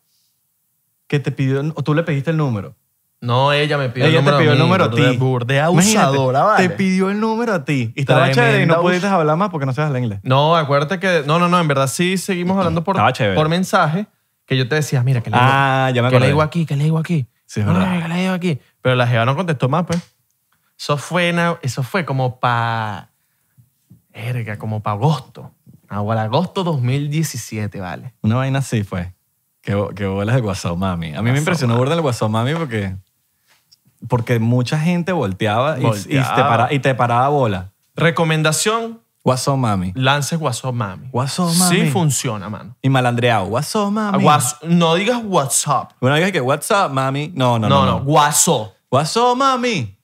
Speaker 2: que te pidió, el- o tú le pediste el número.
Speaker 1: No, ella me pidió
Speaker 2: Ella
Speaker 1: el
Speaker 2: te
Speaker 1: número
Speaker 2: pidió el
Speaker 1: mí,
Speaker 2: número a
Speaker 1: burde-
Speaker 2: ti.
Speaker 1: burde
Speaker 2: Imagínate,
Speaker 1: abusadora, vale.
Speaker 2: Te pidió el número a ti. Y estaba
Speaker 1: Tremenda
Speaker 2: chévere y no
Speaker 1: abus-
Speaker 2: pudiste hablar más porque no sabes hablar inglés.
Speaker 1: No, acuérdate que. No, no, no, en verdad sí seguimos hablando por,
Speaker 2: Estaba chévere.
Speaker 1: por mensaje. Que yo te decía, mira, que le digo,
Speaker 2: Ah, ya me
Speaker 1: ¿Qué le
Speaker 2: acordé.
Speaker 1: digo aquí? ¿Qué le digo aquí?
Speaker 2: Sí, es
Speaker 1: No,
Speaker 2: verdad.
Speaker 1: no, ¿Qué le digo aquí? Pero la jeva no contestó más, pues. Eso fue, na- eso fue como para... Erga, como para agosto. Ahora, agosto 2017, vale.
Speaker 2: Una vaina así fue. Que, bo- que bolas el WhatsApp, mami. A mí me impresionó burda el WhatsApp, mami, porque, porque mucha gente volteaba, y- Y,
Speaker 1: Volteaba.
Speaker 2: te para- y te paraba bola.
Speaker 1: Recomendación,
Speaker 2: WhatsApp, mami.
Speaker 1: lances WhatsApp Mami.
Speaker 2: WhatsApp, mami.
Speaker 1: Sí funciona, mano.
Speaker 2: Y malandreado. WhatsApp, mami.
Speaker 1: Whats- no digas WhatsApp.
Speaker 2: Bueno, dije que WhatsApp, mami. No, no,
Speaker 1: No,
Speaker 2: no.
Speaker 1: no, WhatsApp.
Speaker 2: WhatsApp, mami.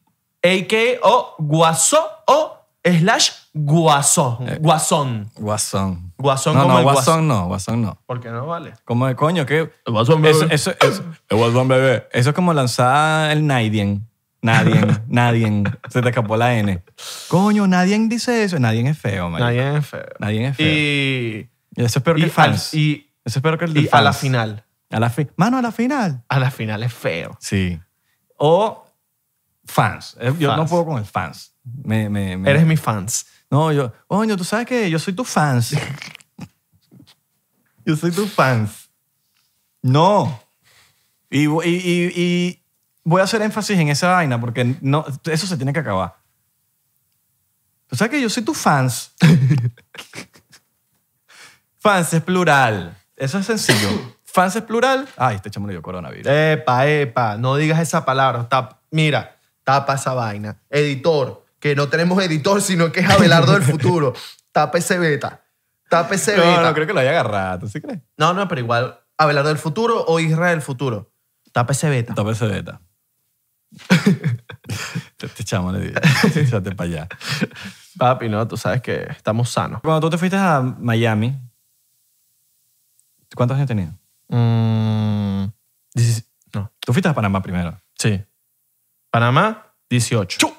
Speaker 1: A.K.O. o WhatsApp o slash guasón. Guasón.
Speaker 2: WhatsApp.
Speaker 1: Guasón
Speaker 2: Eh. No,
Speaker 1: como
Speaker 2: no,
Speaker 1: el
Speaker 2: WhatsApp no, WhatsApp no.
Speaker 1: Porque no vale.
Speaker 2: ¿Cómo de coño? ¿Qué?
Speaker 1: Guasón,
Speaker 2: Eso, eso, eso, el WhatsApp, bebé. Eso es como lanzar el Nadien. Nadien, Nadien. Se te escapó la N. Coño, nadie dice eso. Nadie es feo, man. Nadie,
Speaker 1: Nadie es feo.
Speaker 2: es feo.
Speaker 1: Y,
Speaker 2: Y eso es peor
Speaker 1: y
Speaker 2: que el
Speaker 1: al-
Speaker 2: fans.
Speaker 1: y-
Speaker 2: eso es peor que el
Speaker 1: y
Speaker 2: del
Speaker 1: a la
Speaker 2: fans.
Speaker 1: final,
Speaker 2: A la fi- Mano, a la final.
Speaker 1: A la final es feo.
Speaker 2: Sí. O fans. Eh, Yo no
Speaker 1: Fans.
Speaker 2: puedo con el fans. Me, me- me-
Speaker 1: Eres mi fans.
Speaker 2: No, yo. Coño, tú sabes que yo soy tu fans. yo soy tu fans. No. Y, vo- y- y- y voy a hacer énfasis en esa vaina porque no, eso se tiene que acabar. Tú sabes que yo soy tu fans. fans es plural. Eso es sencillo. fans es plural. Ay, este chamo le dio coronavirus.
Speaker 1: Epa, epa, no digas esa palabra. Tap- mira, tapa esa vaina. Editor, que no tenemos editor, sino que es Abelardo del futuro. Tapa ese beta. Tapa ese
Speaker 2: No,
Speaker 1: beta.
Speaker 2: no creo que lo haya agarrado. ¿Tú sí crees?
Speaker 1: No, no, pero igual, Abelardo del futuro o Israel del futuro. Tapa ese beta.
Speaker 2: Tapa ese beta. te, te chamo, le digo. Échate para allá.
Speaker 1: Papi, no, tú sabes que estamos sanos.
Speaker 2: Cuando tú te fuiste a Miami, ¿cuántos años tenías?
Speaker 1: Mm, dieci- no,
Speaker 2: Tú fuiste a Panamá primero.
Speaker 1: sí. Panamá, 18.
Speaker 2: ¡Chu!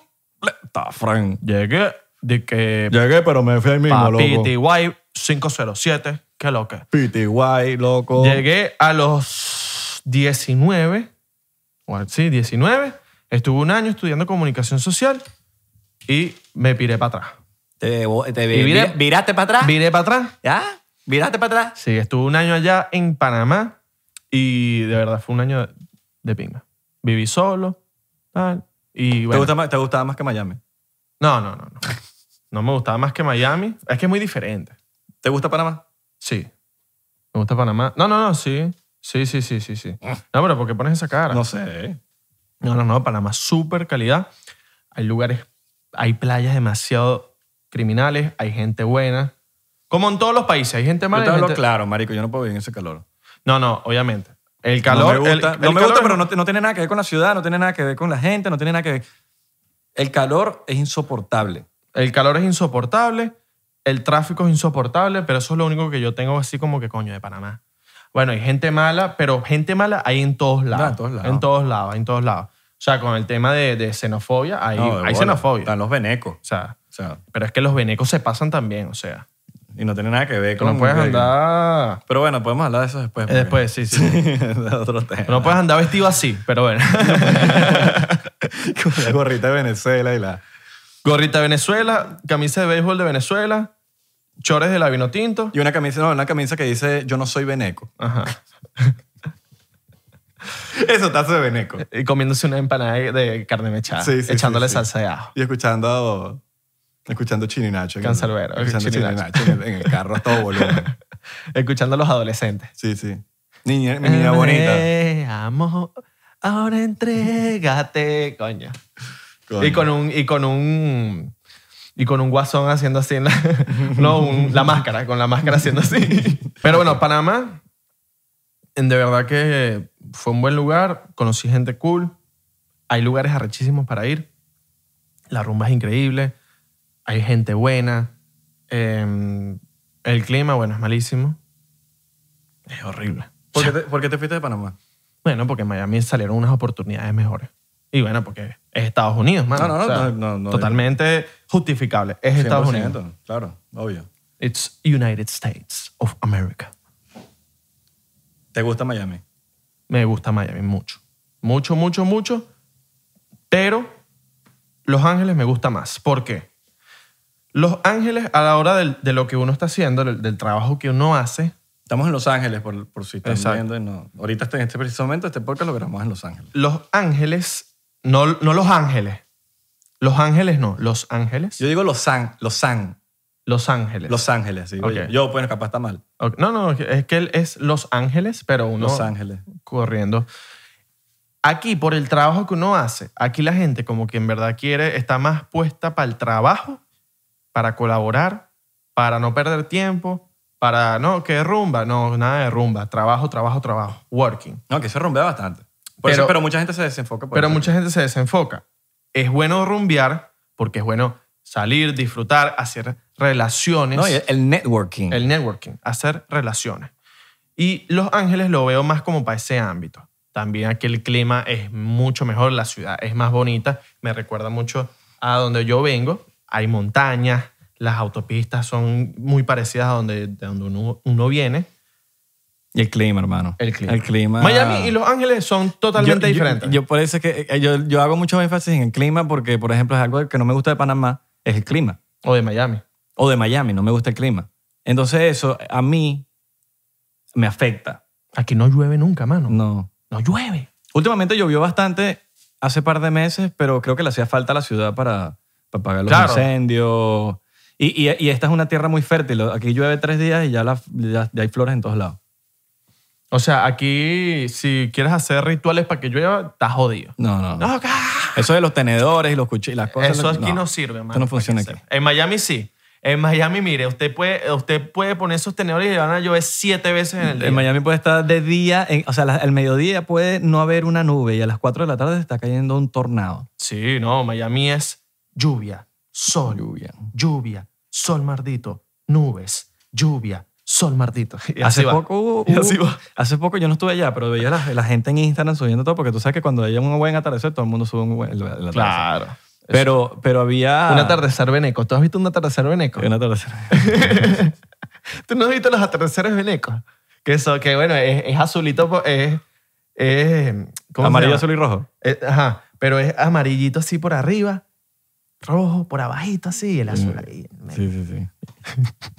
Speaker 2: Está, Frank.
Speaker 1: Llegué de que
Speaker 2: Llegué, pero me fui ahí mismo,
Speaker 1: papi,
Speaker 2: loco.
Speaker 1: TY 507, qué lo que.
Speaker 2: Piti, guay,
Speaker 1: Oh.
Speaker 2: loco.
Speaker 1: Llegué a los 19, o al- sí, 19. Estuve un año estudiando comunicación social y me piré para atrás.
Speaker 3: Te, vo- te vi-
Speaker 1: Y vira-
Speaker 3: vira- viraste para atrás.
Speaker 1: ¿Viré para atrás?
Speaker 3: ¿Ya? ¿Viraste para atrás?
Speaker 1: Sí, estuve un año allá en Panamá y de verdad fue un año de, de pinga. Viví solo, tal. Y
Speaker 2: ¿Te,
Speaker 1: bueno,
Speaker 2: gusta más- te gustaba más que Miami?
Speaker 1: no, no, no, no. No me gustaba más que Miami. Es que es muy diferente.
Speaker 2: ¿Te gusta Panamá?
Speaker 1: Sí. Me gusta Panamá. No, no, no, sí. Sí, sí, sí, sí, sí. No, pero ¿por qué pones esa cara?
Speaker 2: No sé.
Speaker 1: No, no, no, Panamá, súper calidad. Hay lugares, hay playas demasiado criminales, hay gente buena. Como en todos los países, hay gente
Speaker 2: Yo
Speaker 1: mala. y
Speaker 2: te
Speaker 1: hay
Speaker 2: hablo
Speaker 1: gente-
Speaker 2: claro, marico. Yo no puedo vivir en ese calor.
Speaker 1: No, no, obviamente. El calor.
Speaker 2: No me gusta,
Speaker 1: el-
Speaker 2: no
Speaker 1: el
Speaker 2: me gusta,
Speaker 1: calor-
Speaker 2: pero no, te- no tiene nada que ver con la ciudad, no tiene nada que ver con la gente, no tiene nada que ver. El calor es insoportable.
Speaker 1: El calor es insoportable, el tráfico es insoportable, pero eso es lo único que yo tengo así como que coño de Panamá. Bueno, hay gente mala, pero gente mala hay en todos lados.
Speaker 2: No, Ah, en
Speaker 1: En
Speaker 2: todos lados.
Speaker 1: todos lados, hay en todos lados. O sea, con el tema de, de xenofobia, hay,
Speaker 2: No, de
Speaker 1: hay
Speaker 2: bola.
Speaker 1: xenofobia.
Speaker 2: Están los venecos.
Speaker 1: O sea,
Speaker 2: O sea,
Speaker 1: pero es que los venecos se pasan también, o sea.
Speaker 2: y no tiene nada que ver
Speaker 1: Que
Speaker 2: con.
Speaker 1: no puedes andar...
Speaker 2: Pero bueno, podemos hablar de eso después.
Speaker 1: Eh, Después, sí, sí.
Speaker 2: de otro tema.
Speaker 1: No puedes andar vestido así, pero bueno.
Speaker 2: Con la gorrita de Venezuela y la.
Speaker 1: Gorrita de Venezuela, camisa de béisbol de Venezuela, chores de la vino tinto.
Speaker 2: Y una camisa, no, una camisa que dice Yo no soy veneco.
Speaker 1: Ajá.
Speaker 2: Eso tazo de veneco.
Speaker 1: Y eh, comiéndose una empanada de carne mechada,
Speaker 2: Sí, sí,
Speaker 1: echándole
Speaker 2: sí, sí.
Speaker 1: salsa de ajo.
Speaker 2: Y escuchando. Escuchando Chini Nacho. en el-
Speaker 1: Cancerbero,
Speaker 2: Escuchando
Speaker 1: Chini
Speaker 2: Chini
Speaker 1: Nacho.
Speaker 2: Nacho en el, en el carro a todo volumen.
Speaker 1: Escuchando a los adolescentes.
Speaker 2: Sí, sí. Niña, mi niña bonita.
Speaker 1: Eh, amor, ahora entrégate, coño.
Speaker 2: Coño.
Speaker 1: Y con un... Y con un y con un guasón haciendo así, en la, no, un- la máscara, con la máscara haciendo así. Pero bueno, Panamá, en- de verdad que fue un buen lugar, conocí gente cool, hay lugares arrechísimos para ir, la rumba es increíble, hay gente buena, eh, el clima, bueno, es malísimo, es horrible.
Speaker 2: ¿Por qué, te, por qué te fuiste de Panamá?
Speaker 1: Bueno, porque en Miami salieron unas oportunidades mejores. Y bueno, porque es Estados Unidos, mano.
Speaker 2: No, no, no, no, no, no.
Speaker 1: Totalmente justificable. Es Estados
Speaker 2: 100%,
Speaker 1: Unidos.
Speaker 2: Claro, obvio.
Speaker 1: It's United States of America.
Speaker 2: ¿Te gusta Miami?
Speaker 1: Me gusta Miami mucho. Mucho, mucho, mucho. Pero Los Ángeles me gusta más. ¿Por qué? Los Ángeles, a la hora del- de lo que uno está haciendo, del, del trabajo que uno hace,
Speaker 2: Estamos en Los Ángeles, por, por si están
Speaker 1: Exacto.
Speaker 2: viendo. y No. Ahorita, este- en este preciso momento, este podcast lo grabamos en Los Ángeles.
Speaker 1: Los Ángeles, no, no Los Ángeles. Los Ángeles no, Los Ángeles.
Speaker 2: Yo digo Los An, Los An,
Speaker 1: Los Ángeles.
Speaker 2: Los Ángeles. digo
Speaker 1: Ok.
Speaker 2: yo. yo, bueno, capaz está mal.
Speaker 1: Ok, No, no, es que él es Los Ángeles, pero uno
Speaker 2: Los Ángeles.
Speaker 1: corriendo. Aquí, por el trabajo que uno hace, aquí la gente como que en verdad quiere, está más puesta para el trabajo, para colaborar, para no perder tiempo, para, no, que rumba, no, nada de rumba, trabajo, trabajo, trabajo, working.
Speaker 2: No, que se rumbea bastante. Por eso- pero,
Speaker 1: Pero-
Speaker 2: mucha gente se desenfoca. por
Speaker 1: Pero
Speaker 2: eso.
Speaker 1: mucha gente se desenfoca. Es bueno rumbear porque es bueno salir, disfrutar, hacer relaciones.
Speaker 2: No, y el networking.
Speaker 1: El networking, hacer relaciones. Y Los Ángeles lo veo más como para ese ámbito. También aquí el clima es mucho mejor, la ciudad es más bonita, me recuerda mucho a donde yo vengo. Hay montañas, las autopistas son muy parecidas a donde, de donde uno, uno viene.
Speaker 2: Y el clima, hermano.
Speaker 1: El clima.
Speaker 2: El clima.
Speaker 1: Miami y Los Ángeles son totalmente
Speaker 2: Ah. Yo- yo-
Speaker 1: diferentes.
Speaker 2: Yo, por eso es que eh, yo, yo hago mucho énfasis en el clima porque, por ejemplo, es algo que no me gusta de Panamá, es el clima.
Speaker 1: o de Miami.
Speaker 2: O de Miami, no me gusta el clima. Entonces eso a mí me afecta.
Speaker 1: Aquí no llueve nunca, mano. No,
Speaker 2: No.
Speaker 1: llueve.
Speaker 2: Últimamente llovió bastante hace par de meses, pero creo que le hacía falta a la ciudad para, para apagar los
Speaker 1: Claro.
Speaker 2: incendios. Y, y- y esta es una tierra muy fértil. Aquí llueve tres días y ya, la- ya- ya hay flores en todos lados.
Speaker 1: O sea, aquí si quieres hacer rituales para que llueva, estás jodido.
Speaker 2: No, no. no.
Speaker 1: No, ca-
Speaker 2: Eso de los tenedores y los cuchillos, las cosas.
Speaker 1: Eso aquí no,
Speaker 2: no
Speaker 1: sirve, mano.
Speaker 2: Esto
Speaker 1: para
Speaker 2: no
Speaker 1: que
Speaker 2: funciona
Speaker 1: sepa.
Speaker 2: aquí.
Speaker 1: En Miami sí. En Miami, mire, usted puede, usted puede poner esos tenedores y van a llover siete veces en el día.
Speaker 2: En Miami puede estar de día, en- o sea, la- al mediodía puede no haber una nube y a las 4 de la tarde está cayendo un tornado.
Speaker 1: Sí, no, Miami es lluvia, sol, lluvia,
Speaker 2: Lluvia.
Speaker 1: sol mardito, nubes, lluvia, sol mardito. Y así
Speaker 2: Hace
Speaker 1: va.
Speaker 2: poco, hubo-
Speaker 1: Y así
Speaker 2: hubo-
Speaker 1: va.
Speaker 2: hace poco yo no estuve allá, pero veía la, la gente en Instagram subiendo todo, porque tú sabes que cuando hay un buen atardecer, todo el mundo sube un buen el- el atardecer.
Speaker 1: Uh. Claro.
Speaker 2: Pero, pero había...
Speaker 1: Un atardecer veneco. ¿Tú has visto un atardecer veneco?
Speaker 2: Un atardecer.
Speaker 1: ¿Tú no has visto los atardeceres venecos? Que eso, que bueno, es, es azulito, po- es... es ¿cómo se
Speaker 2: Amarillo,
Speaker 1: llama?
Speaker 2: azul y rojo.
Speaker 1: Eh, ajá, pero es amarillito así por arriba, rojo por abajito así, y el azul ahí.
Speaker 2: Mm, Sí, sí, sí.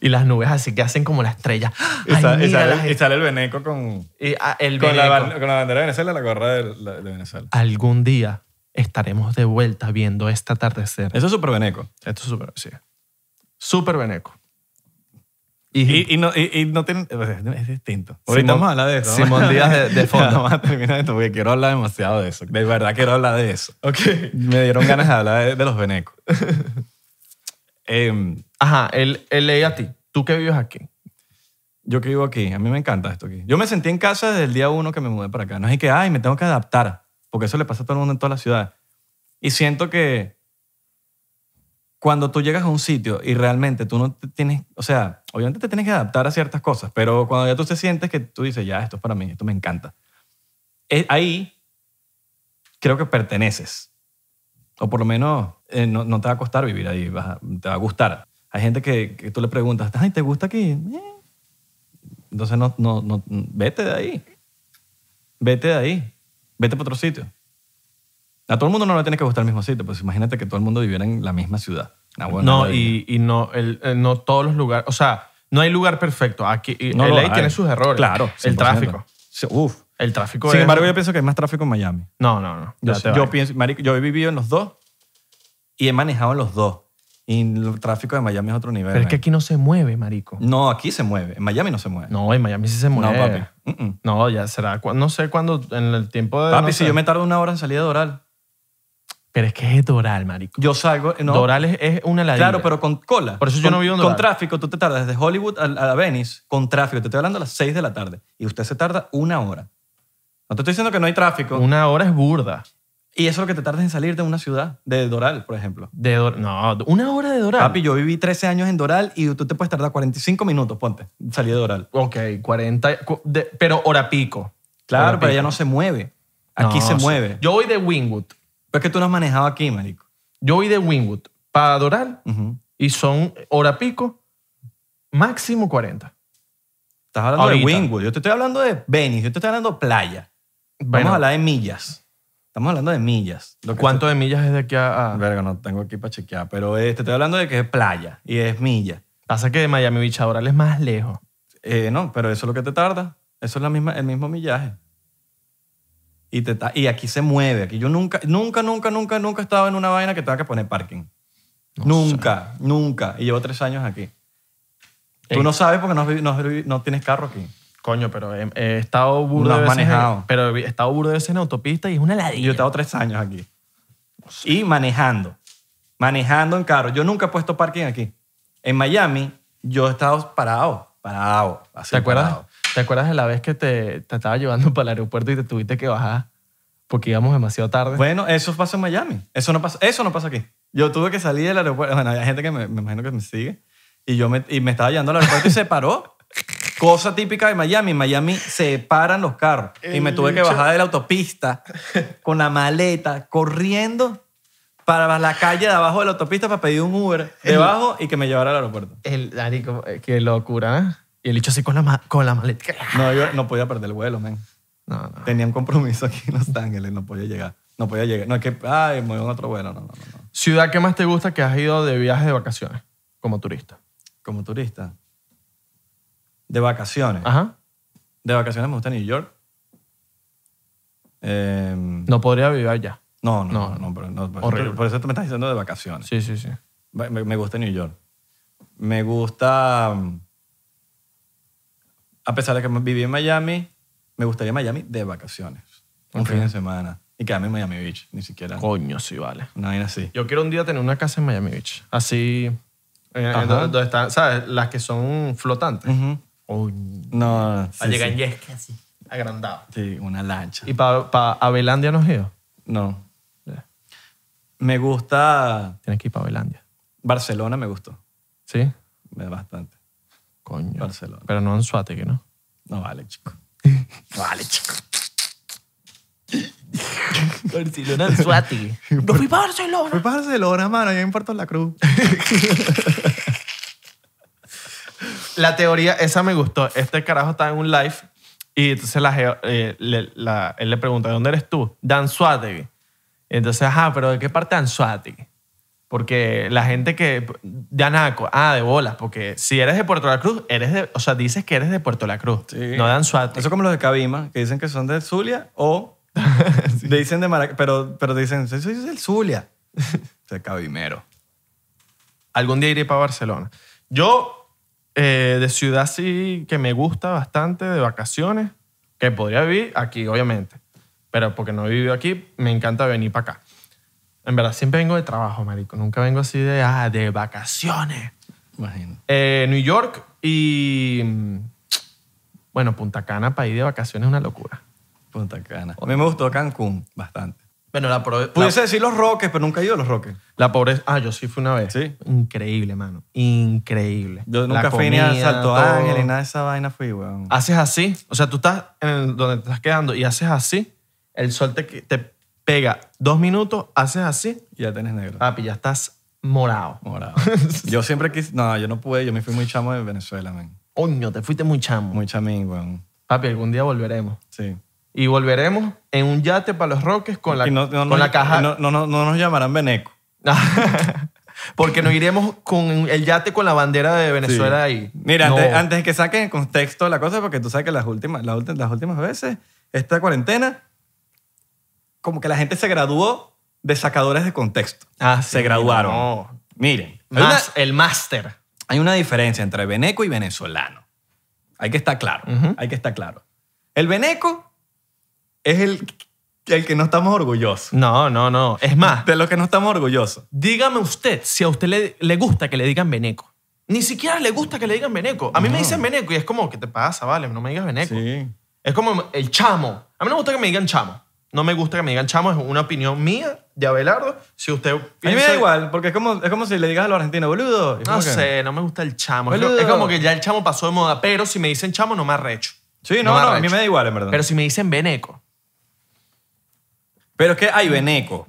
Speaker 1: Y las nubes así que hacen como la estrella. ¡Ah!
Speaker 2: Y,
Speaker 1: Ay,
Speaker 2: sa- y
Speaker 1: mira
Speaker 2: sale,
Speaker 1: las
Speaker 2: y sale el veneco con,
Speaker 1: Y, ah, el
Speaker 2: con, la,
Speaker 1: veneco.
Speaker 2: ban- con la bandera de Venezuela y la gorra de, la- de Venezuela.
Speaker 1: Algún día estaremos de vuelta viendo este atardecer.
Speaker 2: Eso es súper veneco.
Speaker 1: Esto es súper, sí. Súper veneco.
Speaker 2: Y, y no, y, y no tienen... Es distinto. Ahorita
Speaker 1: Simón-
Speaker 2: vamos a hablar de eso.
Speaker 1: Simón
Speaker 2: Vamos a-
Speaker 1: Díaz de- de fondo.
Speaker 2: Vamos a terminar esto porque quiero hablar demasiado de eso. De verdad quiero hablar de eso.
Speaker 1: Ok.
Speaker 2: Me dieron ganas de hablar de, de los venecos. Em,
Speaker 1: Ajá, el, el leí a ti. Tú que vives aquí.
Speaker 2: yo que vivo aquí, a mí me encanta esto aquí. Yo me sentí en casa desde el día uno que me mudé para acá. No es que, ay, me tengo que adaptar, porque eso le pasa a todo el mundo en toda la ciudad. Y siento que cuando tú llegas a un sitio y realmente tú no te tienes, o sea, obviamente te tienes que adaptar a ciertas cosas, pero cuando ya tú te sientes que tú dices, ya, esto es para mí, esto me encanta, eh, ahí creo que perteneces. O por lo menos eh, no, no te va a costar vivir ahí, vas a- te va a gustar. Hay gente que, que tú le preguntas, ay, ¿te gusta aquí? Eh. Entonces no, no, no, vete de ahí. Vete de ahí. Vete para otro sitio. A todo el mundo no le tiene que gustar el mismo sitio, pues imagínate que todo el mundo viviera en la misma ciudad. Nah, bueno,
Speaker 1: no,
Speaker 2: la-
Speaker 1: y, y no, el- el- no todos los lugares. O sea, no hay lugar perfecto. Aquí, y
Speaker 2: No lo
Speaker 1: LA
Speaker 2: hay.
Speaker 1: tiene sus errores.
Speaker 2: Claro.
Speaker 1: El
Speaker 2: 100%.
Speaker 1: tráfico.
Speaker 2: Sí, Uf.
Speaker 1: El tráfico
Speaker 2: Sin
Speaker 1: es-
Speaker 2: embargo, yo pienso que hay más tráfico en Miami.
Speaker 1: No, no, no.
Speaker 2: Yo,
Speaker 1: Ya te
Speaker 2: yo
Speaker 1: vale.
Speaker 2: pienso, marico, yo he vivido en los dos y he manejado en los dos. Y el tráfico de Miami es otro nivel.
Speaker 1: Pero es que
Speaker 2: man.
Speaker 1: aquí no se mueve, marico.
Speaker 2: No, aquí se mueve. En Miami no se mueve.
Speaker 1: No, en Miami sí se
Speaker 2: No,
Speaker 1: mueve.
Speaker 2: papi. Mm-mm.
Speaker 1: No, ya será. cu- No sé cuándo, en el tiempo de.
Speaker 2: Papi,
Speaker 1: no
Speaker 2: si
Speaker 1: sé.
Speaker 2: yo me tardo una hora en salida de Doral,
Speaker 1: Pero es que es Doral, marico.
Speaker 2: yo salgo. eh, No,
Speaker 1: Doral es, es una ladilla.
Speaker 2: Claro, pero con cola.
Speaker 1: Por eso yo
Speaker 2: Con-
Speaker 1: no vivo en
Speaker 2: Con
Speaker 1: Doral.
Speaker 2: tráfico, tú te tardas desde Hollywood a, a Venice, con tráfico. Te estoy hablando a las 6 de la tarde. Y usted se tarda una hora. No te estoy diciendo que no hay tráfico.
Speaker 1: Una hora es burda.
Speaker 2: Y eso es lo que te tardas en salir de una ciudad, de Doral, por ejemplo.
Speaker 1: De Dor- No, una hora de Doral.
Speaker 2: Papi, yo viví 13 años en Doral y tú te puedes tardar 45 minutos, ponte, en salir de Doral.
Speaker 1: Ok, 40. cu- de- pero hora pico.
Speaker 2: Claro,
Speaker 1: Hora
Speaker 2: pero
Speaker 1: pico.
Speaker 2: ella no se mueve. Aquí
Speaker 1: No,
Speaker 2: se
Speaker 1: sí.
Speaker 2: mueve.
Speaker 1: Yo voy de Wingwood.
Speaker 2: Pero es que tú no has manejado aquí, marico.
Speaker 1: Yo voy de Wingwood para Doral
Speaker 2: Ujú.
Speaker 1: y son hora pico, máximo 40.
Speaker 2: Estás hablando
Speaker 1: Ahorita.
Speaker 2: de Wingwood. Yo te estoy hablando de Venice. Yo te estoy hablando de playa. Vamos
Speaker 1: Bueno,
Speaker 2: a hablar de millas. Estamos hablando de millas. Lo que
Speaker 1: ¿Cuánto de millas es de aquí a.?
Speaker 2: te- Ah.
Speaker 1: a-
Speaker 2: Verga, no tengo aquí para chequear. Pero eh, te estoy hablando de que es playa y es milla.
Speaker 1: Pasa que de Miami Beach a Doral es más lejos.
Speaker 2: Eh, no, pero eso es lo que te tarda. Eso es la misma, el mismo millaje. Y, te ta- y aquí se mueve. Aquí yo nunca, nunca, nunca, nunca, nunca he estado en una vaina que tenga que poner parking. nunca, nunca. Y llevo tres años aquí.
Speaker 1: Ey.
Speaker 2: Tú no sabes porque no, has vivi- no has vivi- no tienes carro aquí.
Speaker 1: Coño, pero he, he estado burdo
Speaker 2: No has
Speaker 1: de veces en-
Speaker 2: manejado.
Speaker 1: pero he estado burdo de veces en autopista y es una ladilla.
Speaker 2: Yo he estado tres años aquí. Y manejando. Manejando en carro. Yo nunca he puesto parking aquí. En Miami, yo he estado parado. Parado. así
Speaker 1: ¿Te acuerdas?
Speaker 2: parado.
Speaker 1: ¿Te acuerdas de la vez que te, te estaba llevando para el aeropuerto y te tuviste que bajar porque íbamos demasiado tarde?
Speaker 2: Bueno, eso pasa en Miami. Eso no pasa, eso no pasa aquí. Yo tuve que salir del aeropuerto. Bueno, hay gente que me, me imagino que me sigue. Y yo me, y me estaba llevando al aeropuerto y se paró. Cosa típica de Miami. En Miami se paran los carros. y me
Speaker 1: El
Speaker 2: tuve que
Speaker 1: bicho-
Speaker 2: bajar de la autopista con la maleta, corriendo para la calle de abajo de la autopista para pedir un Uber debajo y que me llevara al aeropuerto.
Speaker 1: el Arico, eh, qué locura. ¿eh? Y el bicho así con la, ma- con la maleta.
Speaker 2: No, yo no podía perder el vuelo, men.
Speaker 1: No, no.
Speaker 2: Tenía un compromiso aquí en Los Ángeles, no podía llegar. No podía llegar. No es que, ay, me voy en otro vuelo. No, no, no. no.
Speaker 1: ¿Ciudad que más te gusta que has ido de viaje de vacaciones como turista?
Speaker 2: Como turista. De vacaciones.
Speaker 1: Ajá.
Speaker 2: De vacaciones me gusta New York. Eh, no,
Speaker 1: No podría vivir allá.
Speaker 2: no,
Speaker 1: no,
Speaker 2: no, no, pero no, por,
Speaker 1: horrible.
Speaker 2: eso, por eso tú me estás diciendo de vacaciones.
Speaker 1: Sí, sí, sí.
Speaker 2: Me, me- me gusta New York. Me gusta. mm, A pesar de que viví en Miami, me gustaría Miami de vacaciones. Un
Speaker 1: Ok.
Speaker 2: fin de semana. Y quedarme en Miami Beach, ni siquiera.
Speaker 1: Coño, sí, vale.
Speaker 2: Una vaina así.
Speaker 1: Yo quiero un día tener una casa en Miami Beach. Así. en- en
Speaker 2: Ajá.
Speaker 1: donde, donde están, ¿sabes? Las que son flotantes.
Speaker 2: Ujú.
Speaker 1: Coño.
Speaker 2: No, sí,
Speaker 1: a llegar
Speaker 2: sí.
Speaker 1: en yesca así, agrandado.
Speaker 2: Sí, una lancha.
Speaker 1: ¿Y para pa Avelandia no has ido?
Speaker 2: No. Me gusta.
Speaker 1: Tienes que ir para Avelandia.
Speaker 2: Barcelona me gustó.
Speaker 1: ¿Sí?
Speaker 2: Me- Bastante.
Speaker 1: Coño.
Speaker 2: Barcelona.
Speaker 1: Pero no en Suátegui, ¿no?
Speaker 2: No vale, chico.
Speaker 1: Vale, chico. Barcelona en Suátegui. ¡No fui para Barcelona!
Speaker 2: Fui para Barcelona, mano, yo en Puerto La Cruz.
Speaker 1: La teoría, esa me gustó. Este carajo está en un live y entonces la, geo- eh, le- la- él le pregunta, ¿de dónde eres tú? De Anzuategui. Entonces, ajá, pero ¿de qué parte de Anzuategui? Porque la gente que... De Anaco. Ah, de bolas. Porque si eres de Puerto La Cruz, eres de... O sea, dices que eres de Puerto La Cruz.
Speaker 2: Sí.
Speaker 1: No de Anzuategui.
Speaker 2: Eso es como los de Cabima, que dicen que son de Zulia o te dicen de Maracay, pero, pero te dicen, soy soy del Zulia. O sea, cabimero.
Speaker 1: Algún día iré para Barcelona. Yo, eh, de ciudad sí que me gusta bastante, de vacaciones, que podría vivir aquí, obviamente. Pero porque no he vivido aquí, me encanta venir para acá. En verdad, siempre vengo de trabajo, marico. Nunca vengo así de, ah, de vacaciones.
Speaker 2: Imagino.
Speaker 1: Eh, New York y... mm, Bueno, Punta Cana para ir de vacaciones es una locura.
Speaker 2: Punta Cana. A mí me gustó Cancún bastante.
Speaker 1: Bueno, la, pro- la,
Speaker 2: Pudiese decir Los Roques, pero nunca he ido a Los Roques.
Speaker 1: la pobreza... Ah, yo sí fui una vez.
Speaker 2: Sí.
Speaker 1: Increíble, mano. Increíble.
Speaker 2: Yo
Speaker 1: La
Speaker 2: nunca fui ni a
Speaker 1: comida,
Speaker 2: Salto
Speaker 1: todo. Ah.
Speaker 2: Ángel ni nada de esa vaina fui, weón.
Speaker 1: haces así, o sea, tú estás en el- donde te estás quedando y haces así, el sol te, te pega dos minutos, haces así,
Speaker 2: Y ya tenés negro.
Speaker 1: papi, ya estás morado.
Speaker 2: Morado. yo siempre quise... No, yo no pude. Yo me fui muy chamo de Venezuela, man.
Speaker 1: Coño, te fuiste muy chamo.
Speaker 2: Muy chamín, weón.
Speaker 1: Papi, algún día volveremos.
Speaker 2: Sí.
Speaker 1: Y volveremos en un yate para los roques con la,
Speaker 2: Y no- no-
Speaker 1: con
Speaker 2: no-
Speaker 1: la caja.
Speaker 2: y No, no, no, no nos llamarán Beneco.
Speaker 1: Porque nos iremos con el yate con la bandera de Venezuela
Speaker 2: Sí.
Speaker 1: ahí.
Speaker 2: Mira,
Speaker 1: No.
Speaker 2: antes, antes que saquen en contexto la cosa, porque tú sabes que las últimas, las últimas, las últimas veces, esta cuarentena, como que la gente se graduó de sacadores de contexto.
Speaker 1: Ah, sí,
Speaker 2: se graduaron.
Speaker 1: no.
Speaker 2: Miren, hay una,
Speaker 1: Más, el máster.
Speaker 2: hay una diferencia entre veneco y venezolano. Hay que estar claro,
Speaker 1: Ujú.
Speaker 2: hay que estar claro. El veneco es el, el que no estamos orgullosos.
Speaker 1: No, no, no. Es más,
Speaker 2: De lo que no estamos orgullosos.
Speaker 1: Dígame usted si a usted le, le gusta que le digan veneco. Ni siquiera le gusta que le digan veneco. A mí me dicen veneco y es como, ¿qué te pasa? Vale, no me digas veneco.
Speaker 2: Sí.
Speaker 1: Es como el chamo. A mí no me gusta que me digan chamo. No me gusta que me digan chamo. Es una opinión mía de Abelardo. Si usted
Speaker 2: A mí
Speaker 1: piensa...
Speaker 2: me da igual, porque es como, es como si le digas a los argentinos, boludo. Y es
Speaker 1: No
Speaker 2: como que-
Speaker 1: sé, no me gusta el chamo. Es,
Speaker 2: Boludo.
Speaker 1: es como que ya el chamo pasó de moda. Pero si me dicen chamo, no me arrecho.
Speaker 2: Sí, no,
Speaker 1: me
Speaker 2: no, a
Speaker 1: arrecho.
Speaker 2: mí me da igual, en verdad.
Speaker 1: Pero si me dicen veneco.
Speaker 2: Pero es que hay veneco.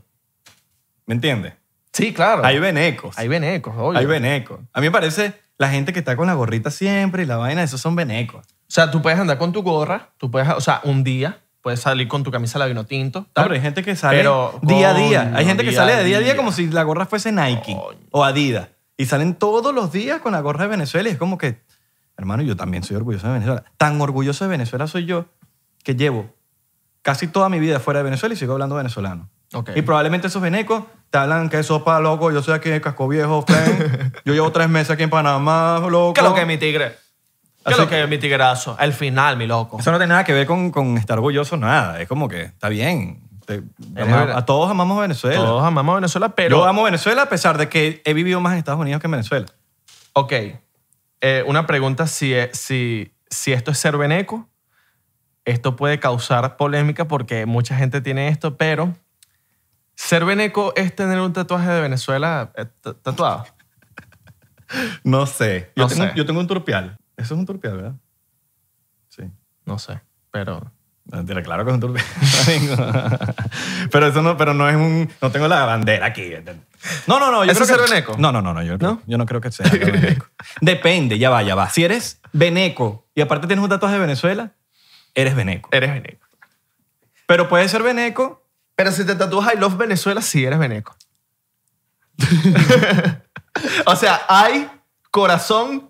Speaker 2: ¿Me entiendes?
Speaker 1: Sí, claro.
Speaker 2: Hay venecos.
Speaker 1: Hay venecos, obvio.
Speaker 2: Hay venecos. A mí me parece la gente que está con la gorrita siempre y la vaina, esos son venecos.
Speaker 1: O sea, tú puedes andar con tu gorra. Tú puedes... O sea, un día puedes salir con tu camisa la tinto.
Speaker 2: No, pero hay gente que sale
Speaker 1: Pero,
Speaker 2: día a día.
Speaker 1: coño,
Speaker 2: Hay gente que
Speaker 1: día
Speaker 2: sale
Speaker 1: a
Speaker 2: de día a día
Speaker 1: día.
Speaker 2: como si la gorra fuese Nike
Speaker 1: Coño.
Speaker 2: o Adidas. Y salen todos los días con la gorra de Venezuela y es como que, hermano, yo también soy orgulloso de Venezuela. Tan orgulloso de Venezuela soy yo que llevo casi toda mi vida fuera de Venezuela y sigo hablando venezolano.
Speaker 1: Ok.
Speaker 2: Y probablemente esos venecos te hablan que sopa, loco, yo soy aquí de Casco Viejo, friend. yo llevo tres meses aquí en Panamá, loco.
Speaker 1: ¿Qué es lo que es mi tigre? ¿Qué es
Speaker 2: Así
Speaker 1: lo que es mi tigrazo? El final, mi loco.
Speaker 2: Eso no tiene nada que ver con, con estar orgulloso, nada. Es como que está bien. Te- ama-
Speaker 1: verdad.
Speaker 2: a todos amamos Venezuela.
Speaker 1: Todos amamos a Venezuela, pero...
Speaker 2: Yo amo Venezuela a pesar de que he vivido más en Estados Unidos que en Venezuela.
Speaker 1: Ok. Eh, una pregunta, si, es- si, si esto es ser veneco, esto puede causar polémica porque mucha gente tiene esto, pero ser veneco es tener un tatuaje de Venezuela eh, t- tatuado.
Speaker 2: No sé. Yo,
Speaker 1: No
Speaker 2: tengo,
Speaker 1: sé.
Speaker 2: yo tengo un turpial. Eso es un turpial, ¿verdad? Sí.
Speaker 1: No sé, pero...
Speaker 2: Mentira, claro que es un turpial. Pero eso no, pero no es un. No tengo la bandera aquí. No, no, no. Yo
Speaker 1: ¿Eso
Speaker 2: creo
Speaker 1: es
Speaker 2: que-
Speaker 1: ser veneco?
Speaker 2: No, no, no, no, yo,
Speaker 1: ¿No?
Speaker 2: yo no creo que sea algo veneco. Depende, ya va, ya va. Si eres veneco y aparte tienes un tatuaje de Venezuela, eres veneco.
Speaker 1: Eres veneco.
Speaker 2: Pero puede ser veneco.
Speaker 1: Pero si te tatúas I Love Venezuela, sí eres veneco. o sea, hay corazón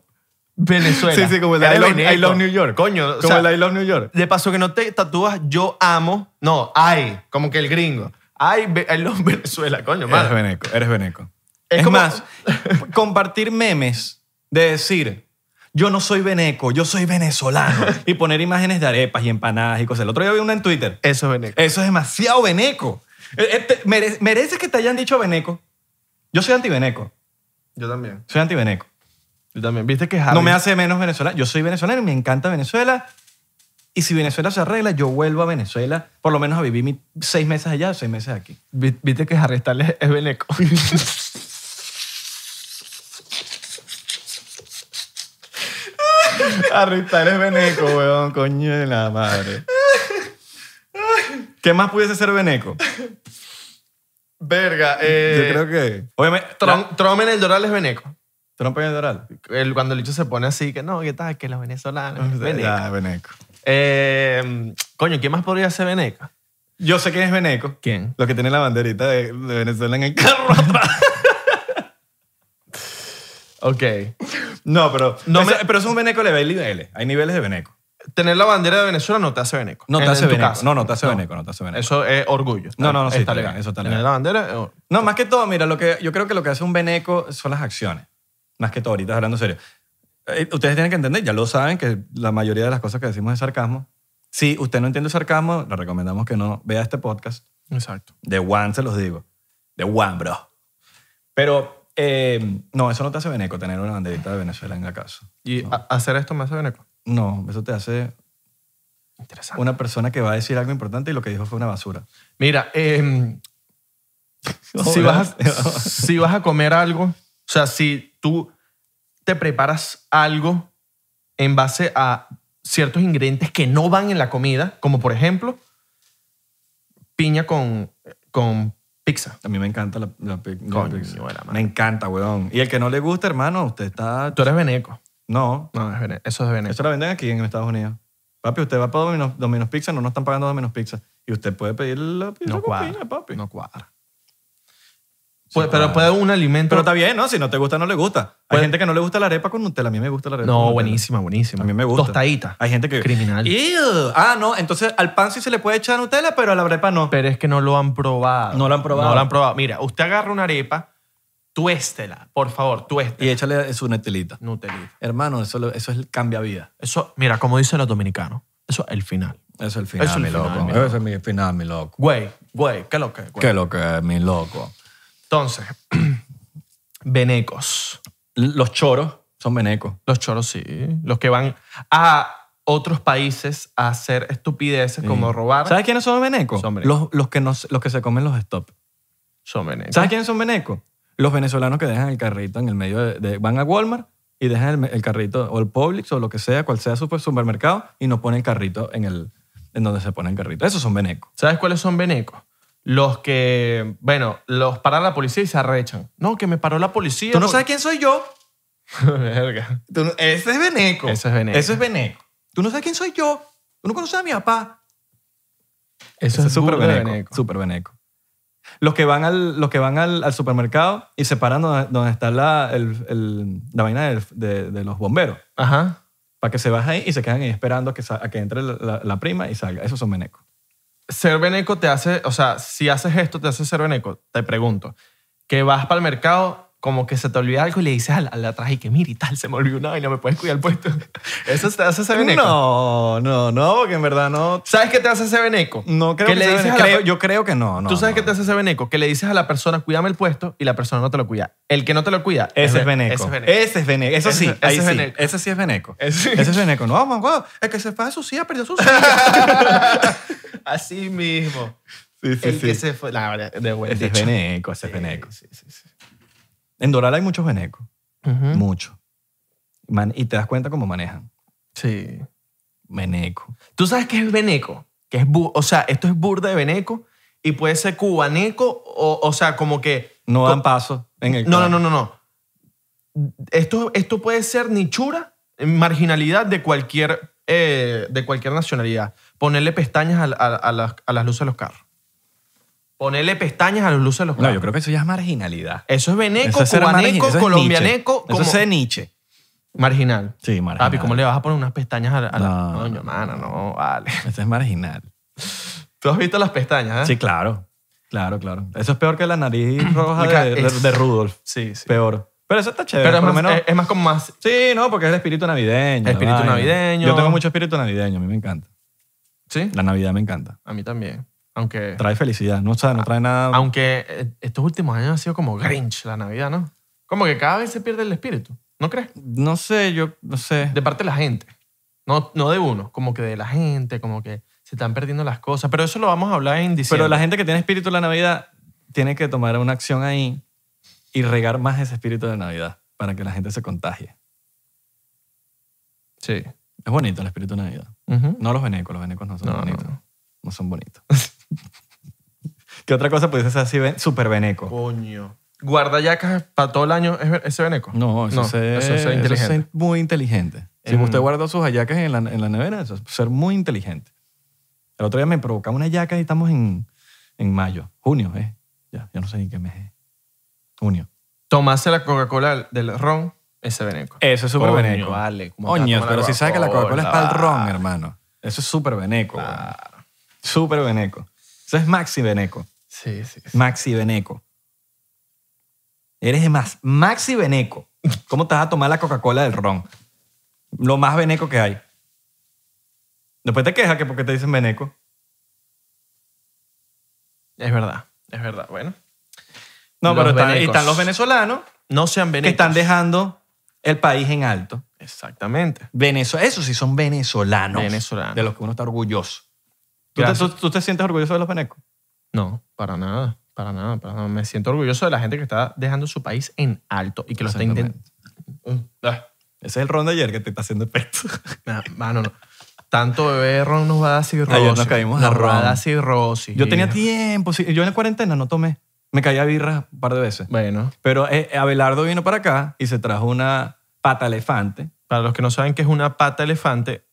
Speaker 1: Venezuela.
Speaker 2: Sí, sí, como el de
Speaker 1: Eres
Speaker 2: I love-
Speaker 1: veneco.
Speaker 2: I love New York.
Speaker 1: Coño, o
Speaker 2: Como
Speaker 1: sea,
Speaker 2: el I Love New York.
Speaker 1: de paso que no te tatúas yo amo. No, hay, como que el gringo. Hay ve- I Love Venezuela, coño,
Speaker 2: Eres
Speaker 1: madre.
Speaker 2: veneco, eres veneco.
Speaker 1: Es
Speaker 2: Es,
Speaker 1: como-
Speaker 2: más, compartir memes de decir, yo no soy veneco, yo soy venezolano. y poner imágenes de arepas y empanadas y cosas. El otro día vi una en Twitter.
Speaker 1: Eso es veneco.
Speaker 2: Eso es demasiado veneco. Eh, eh, te- mere- Mereces que te hayan dicho veneco. Yo soy antiveneco.
Speaker 1: Yo también.
Speaker 2: Soy antiveneco.
Speaker 1: Yo también. ¿Viste que Javi?
Speaker 2: No me hace menos venezolano. Yo soy venezolano y me encanta Venezuela. Y si Venezuela se arregla, yo vuelvo a Venezuela, por lo menos a vivir mis seis meses allá, seis meses aquí.
Speaker 1: Vi- ¿Viste que Harry Styles es veneco?
Speaker 2: Arristar es veneco, weón, coño de la madre. ¿Qué más pudiese ser veneco?
Speaker 1: Verga. eh,
Speaker 2: Yo creo que. Obviamente.
Speaker 1: Tron- Trump en el Doral es veneco.
Speaker 2: Trompa en el Doral.
Speaker 1: el- cuando el dicho se pone así, que no, ¿qué tal? Que los venezolanos. veneco.
Speaker 2: Ya, veneco.
Speaker 1: Eh, coño, ¿quién más podría ser veneco?
Speaker 2: Yo sé quién es veneco.
Speaker 1: ¿Quién?
Speaker 2: Lo que tiene la banderita de, de Venezuela en el carro.
Speaker 1: Ok.
Speaker 2: No, pero.
Speaker 1: No
Speaker 2: No
Speaker 1: me-
Speaker 2: Pero es un veneco de niveles. Hay niveles de veneco.
Speaker 1: Tener la bandera de Venezuela no te hace veneco.
Speaker 2: No te
Speaker 1: En-
Speaker 2: hace
Speaker 1: en tu
Speaker 2: veneco.
Speaker 1: caso.
Speaker 2: No, no te hace veneco. No te hace veneco.
Speaker 1: Eso es orgullo.
Speaker 2: No, no, no, sí,
Speaker 1: Está
Speaker 2: está
Speaker 1: legal.
Speaker 2: legal, eso está
Speaker 1: Tener
Speaker 2: legal.
Speaker 1: la bandera. eh,
Speaker 2: No, más que todo, mira, lo que, yo creo que lo que hace un veneco son las acciones. Más que todo, ahorita hablando serio. Eh, ustedes tienen que entender, ya lo saben, que la mayoría de las cosas que decimos es sarcasmo. Si usted no entiende el sarcasmo, le recomendamos que no vea este podcast.
Speaker 1: Exacto.
Speaker 2: De one se los digo. De one, bro. Pero, eh, no, eso no te hace veneco tener una banderita de Venezuela en la casa.
Speaker 1: Y a- hacer esto me hace veneco.
Speaker 2: No, eso te hace
Speaker 1: Interesante.
Speaker 2: una persona que va a decir algo importante y lo que dijo fue una basura.
Speaker 1: Mira, eh, si, vas a, si vas a comer algo, o sea, si tú te preparas algo en base a ciertos ingredientes que no van en la comida, como por ejemplo piña con, con pizza.
Speaker 2: A mí me encanta la, la pi- la
Speaker 1: Coño
Speaker 2: pizza.
Speaker 1: de la madre.
Speaker 2: Me encanta, weón. Y el que no le gusta, hermano, usted está...
Speaker 1: Tú eres veneco.
Speaker 2: No,
Speaker 1: No, es vene- eso es veneco.
Speaker 2: eso la venden aquí en Estados Unidos. Papi, usted va para Domino's, Domino's Pizza, no nos están pagando Domino's Pizza. Y usted puede pedir la pizza
Speaker 1: No
Speaker 2: con
Speaker 1: cuadra.
Speaker 2: piña, papi.
Speaker 1: No cuadra.
Speaker 2: Sí,
Speaker 1: Pues, pero
Speaker 2: cuadra.
Speaker 1: puede un alimento.
Speaker 2: Pero está bien, ¿no? Si no te gusta, no le gusta. Hay
Speaker 1: Puede-
Speaker 2: gente que no le gusta la arepa con Nutella. A mí me gusta la arepa con
Speaker 1: no,
Speaker 2: Nutella.
Speaker 1: buenísima, buenísima.
Speaker 2: A mí me gusta.
Speaker 1: Tostadita.
Speaker 2: Hay gente que...
Speaker 1: Criminal.
Speaker 2: Ew. Ah, no, entonces al pan sí se le puede echar Nutella, pero a la arepa no.
Speaker 1: Pero es que no lo han probado.
Speaker 2: No lo han probado.
Speaker 1: No lo han probado. Mira, usted agarra una arepa, tuéstela, por favor, tuéstela.
Speaker 2: Y échale su Nutelita.
Speaker 1: Nutelita.
Speaker 2: Hermano, eso, lo- eso es el cambia vida.
Speaker 1: Eso, mira, como dicen los dominicanos, eso es el final.
Speaker 2: Eso es el final,
Speaker 1: Eso es el
Speaker 2: mi
Speaker 1: final,
Speaker 2: loco.
Speaker 1: mi loco.
Speaker 2: Eso es mi final, mi loco.
Speaker 1: Güey, güey, ¿qué es lo que? es, güey?
Speaker 2: Qué lo que es, mi loco.
Speaker 1: Entonces, venecos.
Speaker 2: L- Los choros son venecos.
Speaker 1: Los choros sí. Los que van a otros países a hacer estupideces como robar
Speaker 2: ¿Sabes quiénes son venecos?
Speaker 1: Son venecos.
Speaker 2: Los, los, que nos, los que se comen los stop.
Speaker 1: son venecos.
Speaker 2: ¿Sabes quiénes son venecos? Los venezolanos que dejan el carrito en el medio de... de- van a Walmart y dejan el, me- el carrito o el Publix o lo que sea, cual sea su pues, supermercado y no ponen carrito en el en donde se pone el carrito. Esos son venecos.
Speaker 1: ¿Sabes cuáles son venecos? Los que, bueno, los para la policía y se arrechan. No, que me paró la policía.
Speaker 2: Tú no
Speaker 1: porque-
Speaker 2: sabes quién soy yo.
Speaker 1: Verga.
Speaker 2: Tú no- ese es veneco.
Speaker 1: Ese es veneco.
Speaker 2: Ese es veneco. Tú no sabes quién soy yo. Tú no conoces a mi papá.
Speaker 1: Eso
Speaker 2: Ese es súper
Speaker 1: burda de
Speaker 2: veneco, Súper veneco. Los que van al, los que van al, al supermercado y se paran donde, donde está la, el- el- la vaina del- de, de los bomberos.
Speaker 1: Ajá.
Speaker 2: Para que se bajen ahí y se quedan ahí esperando a que, sa- a que entre la, la- la prima y salga. Esos son venecos.
Speaker 1: Ser veneco te hace, o sea, si haces esto, te hace ser veneco. Te pregunto, que vas para el mercado, como que se te olvida algo y le dices a la, a la atrás y que mira y tal, se me olvidó una vaina, me puedes cuidar el puesto. Eso te hace ser veneco.
Speaker 2: No, no, no, porque en verdad no.
Speaker 1: ¿Sabes qué te hace ser veneco?
Speaker 2: No creo
Speaker 1: ¿Qué
Speaker 2: que,
Speaker 1: le
Speaker 2: sea
Speaker 1: dices a
Speaker 2: veneco.
Speaker 1: la-
Speaker 2: Creo- Yo creo que no. no
Speaker 1: ¿Tú sabes
Speaker 2: no.
Speaker 1: qué te hace ser veneco? Que le dices a la persona, cuídame el puesto y la persona no te lo cuida. El que no te lo cuida.
Speaker 2: Ese es
Speaker 1: ven-
Speaker 2: veneco.
Speaker 1: Ese es veneco.
Speaker 2: Ese es veneco. Eso
Speaker 1: Ese-
Speaker 2: sí.
Speaker 1: ese
Speaker 2: ahí
Speaker 1: es
Speaker 2: sí.
Speaker 1: veneco.
Speaker 2: Ese sí es veneco.
Speaker 1: Ese-
Speaker 2: Ese es veneco. No, vamos, vamos. El que se fue a su silla perdió su silla.
Speaker 1: Así mismo.
Speaker 2: sí,
Speaker 1: el que se fue. La verdad, de buen
Speaker 2: Ese es
Speaker 1: dicho.
Speaker 2: veneco, ese es veneco.
Speaker 1: Sí, sí, sí. ¿Mm?
Speaker 2: En Doral hay muchos venecos.
Speaker 1: Ujú.
Speaker 2: Muchos. Man- y te das cuenta cómo manejan.
Speaker 1: Sí.
Speaker 2: Veneco.
Speaker 1: ¿Tú sabes qué es veneco? Que es bu- o sea, esto es burda de veneco y puede ser cubaneco o, o sea, como que
Speaker 2: No dan paso en el
Speaker 1: No, no, no, no, no. Esto, esto puede ser nichura, marginalidad de cualquier, eh, de cualquier nacionalidad. Ponerle pestañas a, a- a las, a las luces de los carros. Ponerle pestañas a las luces de los
Speaker 3: No,
Speaker 1: carros.
Speaker 3: yo creo que eso ya es marginalidad.
Speaker 1: Eso es veneco,
Speaker 3: Eso es ser margin-
Speaker 1: cubaneco,
Speaker 3: eso es
Speaker 1: colombianeco,
Speaker 2: Eso
Speaker 1: como
Speaker 2: es de Nietzsche.
Speaker 1: marginal.
Speaker 3: Sí, marginal.
Speaker 1: Papi, ¿cómo le vas a poner unas pestañas a la... a la-
Speaker 3: No.
Speaker 1: Coño, mana, no, vale.
Speaker 3: Eso es marginal.
Speaker 1: ¿Tú has visto las pestañas? eh?
Speaker 3: Sí, claro. Claro, claro.
Speaker 2: Eso es peor que la nariz roja
Speaker 1: Marica,
Speaker 2: de, de-
Speaker 1: es-
Speaker 2: de Rudolf.
Speaker 1: Sí, sí.
Speaker 2: Peor. Pero eso está chévere.
Speaker 1: Pero es
Speaker 2: Eh, por lo
Speaker 1: más, eh,
Speaker 2: menos.
Speaker 1: es- es más como más...
Speaker 2: Sí, no, porque es el espíritu navideño. la
Speaker 1: Espíritu
Speaker 2: vaina.
Speaker 1: navideño.
Speaker 2: Yo tengo mucho espíritu navideño, a mí me encanta.
Speaker 1: ¿Sí?
Speaker 2: La Navidad me encanta.
Speaker 1: A mí también. Aunque...
Speaker 2: Trae felicidad, no, o
Speaker 1: Ah,
Speaker 2: sea, no trae nada.
Speaker 1: Aunque eh, estos últimos años ha sido como Grinch la Navidad, ¿no? Como que cada vez se pierde el espíritu, ¿no crees?
Speaker 2: No sé, yo no sé.
Speaker 1: De parte de la gente. No, no de uno, como que de la gente, como que se están perdiendo las cosas. Pero eso lo vamos a hablar en diciembre.
Speaker 2: Pero la gente que tiene espíritu de la Navidad tiene que tomar una acción ahí y regar más ese espíritu de Navidad para que la gente se contagie.
Speaker 1: Sí.
Speaker 2: Es bonito el espíritu de Navidad.
Speaker 1: Ujú.
Speaker 2: No los venecos, los venecos no son
Speaker 1: No, no,
Speaker 2: bonitos. No,
Speaker 1: no.
Speaker 2: son bonitos. ¿Qué otra cosa pudiese ser así ven- súper veneco?
Speaker 1: Coño. Guardayacas para todo el año, ¿es ver- ese veneco.
Speaker 2: No, eso, es ser-
Speaker 1: eso es ser
Speaker 2: eso es
Speaker 1: inteligente.
Speaker 2: ser muy inteligente. Si
Speaker 1: Mm.
Speaker 2: usted guardó sus hallacas en la, en la nevera, eso es ser muy inteligente. El otro día me provocaba una hallaca y estamos en, en mayo, junio, ¿eh? Ya, yo no sé ni qué mes es. Junio.
Speaker 1: Tomarse la Coca-Cola del ron, ese veneco.
Speaker 2: Eso es súper
Speaker 1: Coño,
Speaker 2: veneco.
Speaker 1: vale, ¿cómo te vas a
Speaker 2: Oño,
Speaker 1: tomar
Speaker 2: pero
Speaker 1: la
Speaker 2: si sabes que la Coca-Cola es para el
Speaker 1: Coca-Cola?
Speaker 2: ron, hermano. Eso es súper veneco. güey. Súper veneco. Eso es maxi veneco.
Speaker 1: Sí, sí. sí.
Speaker 2: Maxi veneco. Eres de más. Maxi veneco. ¿Cómo te vas a tomar la Coca-Cola del ron? Lo más veneco que hay. Después te quejas que porque te dicen veneco.
Speaker 1: Es verdad, es verdad. Bueno,
Speaker 2: No,
Speaker 1: Los
Speaker 2: pero están, y
Speaker 1: venecos.
Speaker 2: están los venezolanos
Speaker 1: no sean
Speaker 2: que
Speaker 1: venecos.
Speaker 2: están dejando el país en alto.
Speaker 1: Exactamente.
Speaker 2: Venezuela, esos sí son venezolanos.
Speaker 1: Venezolanos.
Speaker 2: De los que uno está orgulloso. ¿Tú te,
Speaker 1: Gracias.
Speaker 2: tú- tú te sientes orgulloso de los venecos?
Speaker 1: No, para nada, para nada, para nada. Me siento orgulloso de la gente que está dejando su país en alto y que lo está Mm. intentando.
Speaker 2: Exactamente. Ah. Ese es el ron de ayer que te está haciendo efecto.
Speaker 1: Ah, Mano, no. Tanto beber ron nos va a dar cirrosis.
Speaker 2: Ayer nos caímos a
Speaker 1: Nos va
Speaker 2: ron.
Speaker 1: a dar cirrosis.
Speaker 2: Yo tenía
Speaker 1: hijo.
Speaker 2: tiempo. sí, Yo en la cuarentena no tomé. Me caía birra un par de veces.
Speaker 1: Bueno,
Speaker 2: Pero eh, Abelardo vino para acá y se trajo una pata elefante.
Speaker 1: para los que no saben qué es una pata elefante,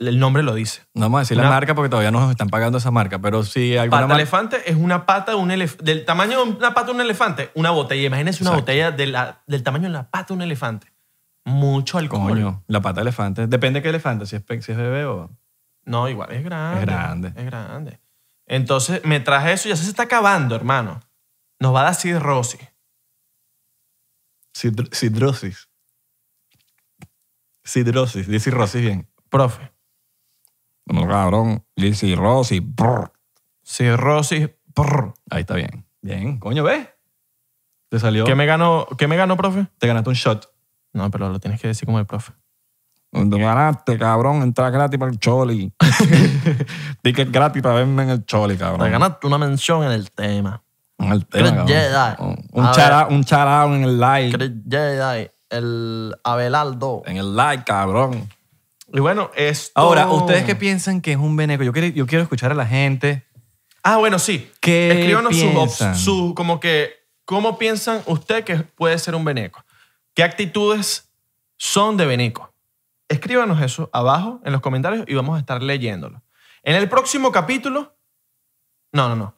Speaker 1: el nombre lo dice.
Speaker 2: No vamos a decir la
Speaker 1: Una-
Speaker 2: marca porque todavía no nos están pagando esa marca, pero sí alguna
Speaker 1: Pata
Speaker 2: marca.
Speaker 1: elefante es una pata de un elef- del tamaño de una pata de un elefante, una botella. Imagínense una
Speaker 2: Exacto.
Speaker 1: botella de la- del tamaño de la pata de un elefante. Mucho alcohol.
Speaker 2: Coño, la pata elefante. Depende de qué elefante, si es, pe- si es bebé o...
Speaker 1: No, igual es grande.
Speaker 2: Es grande.
Speaker 1: Es grande. Entonces me traje eso y ya se está acabando, hermano. Nos va a dar cirrosis.
Speaker 2: Sidr- Sidrosis. Sidrosis. Dice cirrosis bien.
Speaker 1: Profe,
Speaker 3: No, cabrón. Lizzy Rossi.
Speaker 1: cirrosis. prr.
Speaker 2: Ahí está bien. Bien. Coño, ¿ves? Te salió...
Speaker 1: ¿Qué me ganó, ¿Qué me ganó, profe?
Speaker 2: Te ganaste un shot.
Speaker 1: No, pero lo tienes que decir como el profe.
Speaker 3: Te ganaste, cabrón. Entras gratis para el Choli. Ticket gratis para verme en el Choli,
Speaker 1: Te
Speaker 3: cabrón.
Speaker 1: ganaste una mención en el tema.
Speaker 3: En el tema,
Speaker 1: Tres
Speaker 3: cabrón.
Speaker 1: Jedi.
Speaker 3: Un- Un
Speaker 1: A
Speaker 3: shout out- un shout out en el like.
Speaker 1: Chris Jedi, el Abelardo.
Speaker 3: En el like, cabrón.
Speaker 1: Y bueno, esto...
Speaker 2: Ahora, ¿ustedes qué piensan que es un veneco? Yo quiero, yo quiero escuchar a la gente.
Speaker 1: Ah, bueno, sí.
Speaker 2: ¿Qué
Speaker 1: Escríbanos su,
Speaker 2: piensan?
Speaker 1: op- su- como que, ¿cómo piensan usted que puede ser un veneco? ¿Qué actitudes son de veneco? Escríbanos eso abajo en los comentarios y vamos a estar leyéndolo. En el próximo capítulo, no, no, no,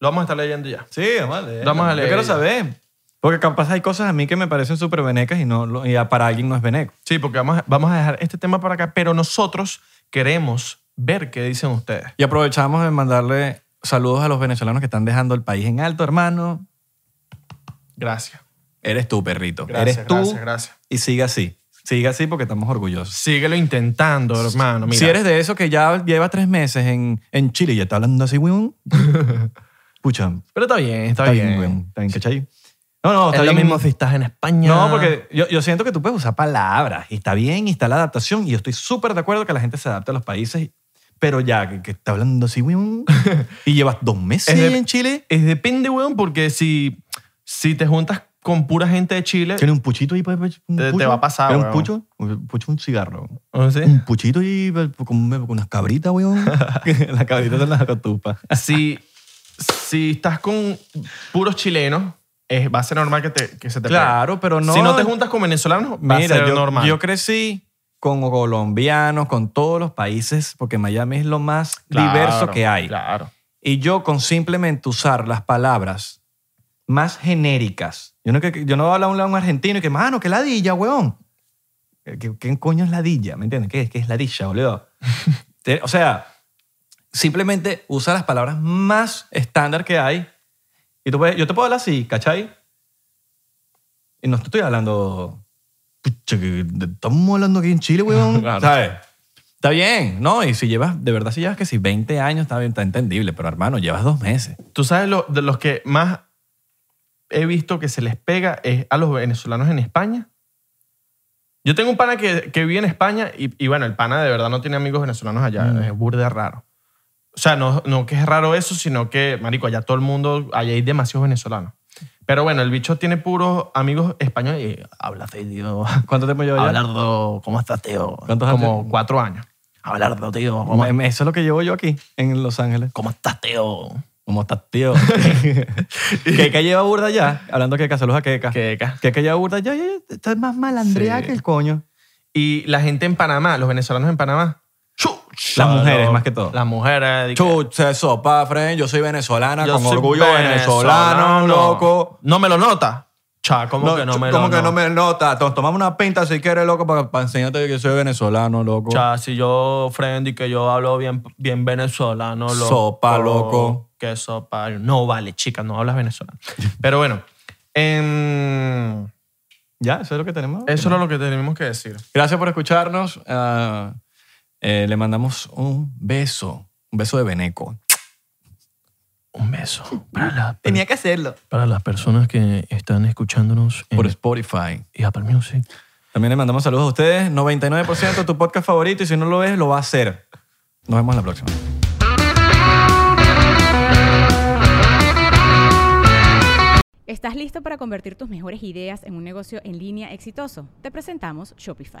Speaker 1: lo vamos a estar leyendo ya.
Speaker 2: Sí, vamos a leer.
Speaker 1: Vamos a
Speaker 2: Yo
Speaker 1: leer.
Speaker 2: quiero saber. Porque capaz hay cosas a mí que me parecen súper venecas y, no, lo- y a- para alguien no es veneco.
Speaker 1: Sí, porque vamos a, vamos a dejar este tema para acá, pero nosotros queremos ver qué dicen ustedes.
Speaker 2: Y aprovechamos de mandarle saludos a los venezolanos que están dejando el país en alto, hermano.
Speaker 1: Gracias.
Speaker 2: Eres tú, perrito.
Speaker 1: Gracias,
Speaker 2: Eres tú.
Speaker 1: gracias, gracias.
Speaker 2: Y sigue así. Sigue así porque estamos orgullosos.
Speaker 1: Síguelo intentando, hermano. Mira.
Speaker 2: Si eres de esos que ya lleva tres meses en, en Chile y ya está hablando así, weón. Pucha,
Speaker 1: Pero está bien, está, bien.
Speaker 2: weón. Está bien, ¿cachai? No, no,
Speaker 1: Es
Speaker 2: está
Speaker 1: lo
Speaker 2: bien.
Speaker 1: mismo si estás en España.
Speaker 2: No, porque yo, yo siento que tú puedes usar palabras y está bien y está la adaptación y yo estoy súper de acuerdo que la gente se adapte a los países, pero ya que, que está hablando así, weón, y llevas dos meses
Speaker 1: Es de-
Speaker 2: en Chile,
Speaker 1: Es depende, weón, porque si, si te juntas con pura gente de Chile,
Speaker 2: tiene un puchito ahí, pues, pues, un
Speaker 1: Te- te
Speaker 2: pucho,
Speaker 1: va a pasar,
Speaker 2: ¿Tiene un
Speaker 1: weón.
Speaker 2: pucho, un pucho, un cigarro, weón.
Speaker 1: ¿o sí?
Speaker 2: un puchito y pues, con, con unas cabritas, weón. las cabritas son las cotupas.
Speaker 1: si, si estás con puros chilenos, es- va a ser normal que, te- que se te
Speaker 2: Claro, pero
Speaker 1: pegue.
Speaker 2: no.
Speaker 1: si no te juntas con venezolanos, va a ser
Speaker 2: yo,
Speaker 1: normal.
Speaker 2: yo crecí con colombianos, con todos los países, porque Miami es lo más
Speaker 1: Claro,
Speaker 2: diverso que hay.
Speaker 1: Claro.
Speaker 2: Y yo con simplemente usar las palabras más genéricas. Yo no, que- yo no voy a hablar a un, a un argentino y que, mano, qué ladilla, weón. ¿Qué, qué coño es ladilla? ¿Me entiendes? ¿Qué, qué es ladilla, boludo? Te- o sea, simplemente usa las palabras más estándar que hay. Y tú puedes- yo te puedo hablar así, ¿cachai? Y no te estoy hablando... Pucha, que estamos hablando aquí en Chile, weón.
Speaker 1: Claro.
Speaker 2: ¿Sabes? Está bien, ¿no? Y si llevas, de verdad, si llevas que si 20 años, está bien, está entendible, pero hermano, llevas dos meses.
Speaker 1: Tú sabes, lo- de los que más he visto que se les pega es a los venezolanos en España. Yo tengo un pana que, que vive en España y, y bueno, el pana de verdad no tiene amigos venezolanos allá.
Speaker 2: Mm.
Speaker 1: Es burda raro. O sea, no, no que es raro eso, sino que, marico, allá todo el mundo, allá hay demasiados venezolanos. Pero bueno, el bicho tiene puros amigos españoles y habla seis idiomas.
Speaker 2: ¿Cuánto tiempo llevo allá?
Speaker 1: Abelardo, ¿cómo estás, tío?
Speaker 2: ¿Cuántos
Speaker 1: Como
Speaker 2: años?
Speaker 1: cuatro años. Abelardo, tío, ¿cómo,
Speaker 2: Me- Eso es lo que llevo yo aquí, en Los Ángeles.
Speaker 1: cómo estás, tío?
Speaker 2: ¿Cómo estás, tío? ¿Qué que lleva burda ya? Hablando que Casalos a Queca. ¿Qué
Speaker 1: Qué ca-
Speaker 2: que lleva burda ya? ya, ya, Estás más malandreada
Speaker 1: Sí.
Speaker 2: que el coño.
Speaker 1: Y la gente en Panamá, los venezolanos en Panamá.
Speaker 2: Las
Speaker 1: Claro,
Speaker 2: mujeres, más que todo.
Speaker 1: Las mujeres. di que-
Speaker 3: Chuche, sopa, friend. Yo soy venezolana,
Speaker 1: Yo
Speaker 3: con
Speaker 1: soy
Speaker 3: Ah, orgullo venezolano, loco.
Speaker 1: No me lo nota. Cha, ¿cómo que no
Speaker 3: chu-
Speaker 1: me
Speaker 3: ¿cómo
Speaker 1: lo
Speaker 3: que
Speaker 1: nota?
Speaker 3: no me nota? To- Tomamos una pinta si quieres, loco, para, enseñarte que soy venezolano, loco.
Speaker 1: Cha, si yo, friend, y que yo hablo bien, bien venezolano, loco.
Speaker 3: Sopa, loco.
Speaker 1: Que sopa. No vale, chica, no hablas venezolano. Pero bueno, em,
Speaker 2: Ya, eso es lo que tenemos.
Speaker 1: eso era lo que tenemos que decir.
Speaker 3: Gracias por escucharnos. Ah, eh, le mandamos un beso. Un beso de Beneco.
Speaker 1: Un beso para, la-
Speaker 2: Tenía que hacerlo.
Speaker 1: para las personas que están escuchándonos en
Speaker 3: Por Spotify.
Speaker 1: y Apple Music.
Speaker 3: También le mandamos saludos a ustedes. 99% tu podcast favorito y si no lo ves, lo va a hacer. Nos vemos la próxima.
Speaker 4: ¿Estás listo para convertir tus mejores ideas en un negocio en línea exitoso? Te presentamos Shopify.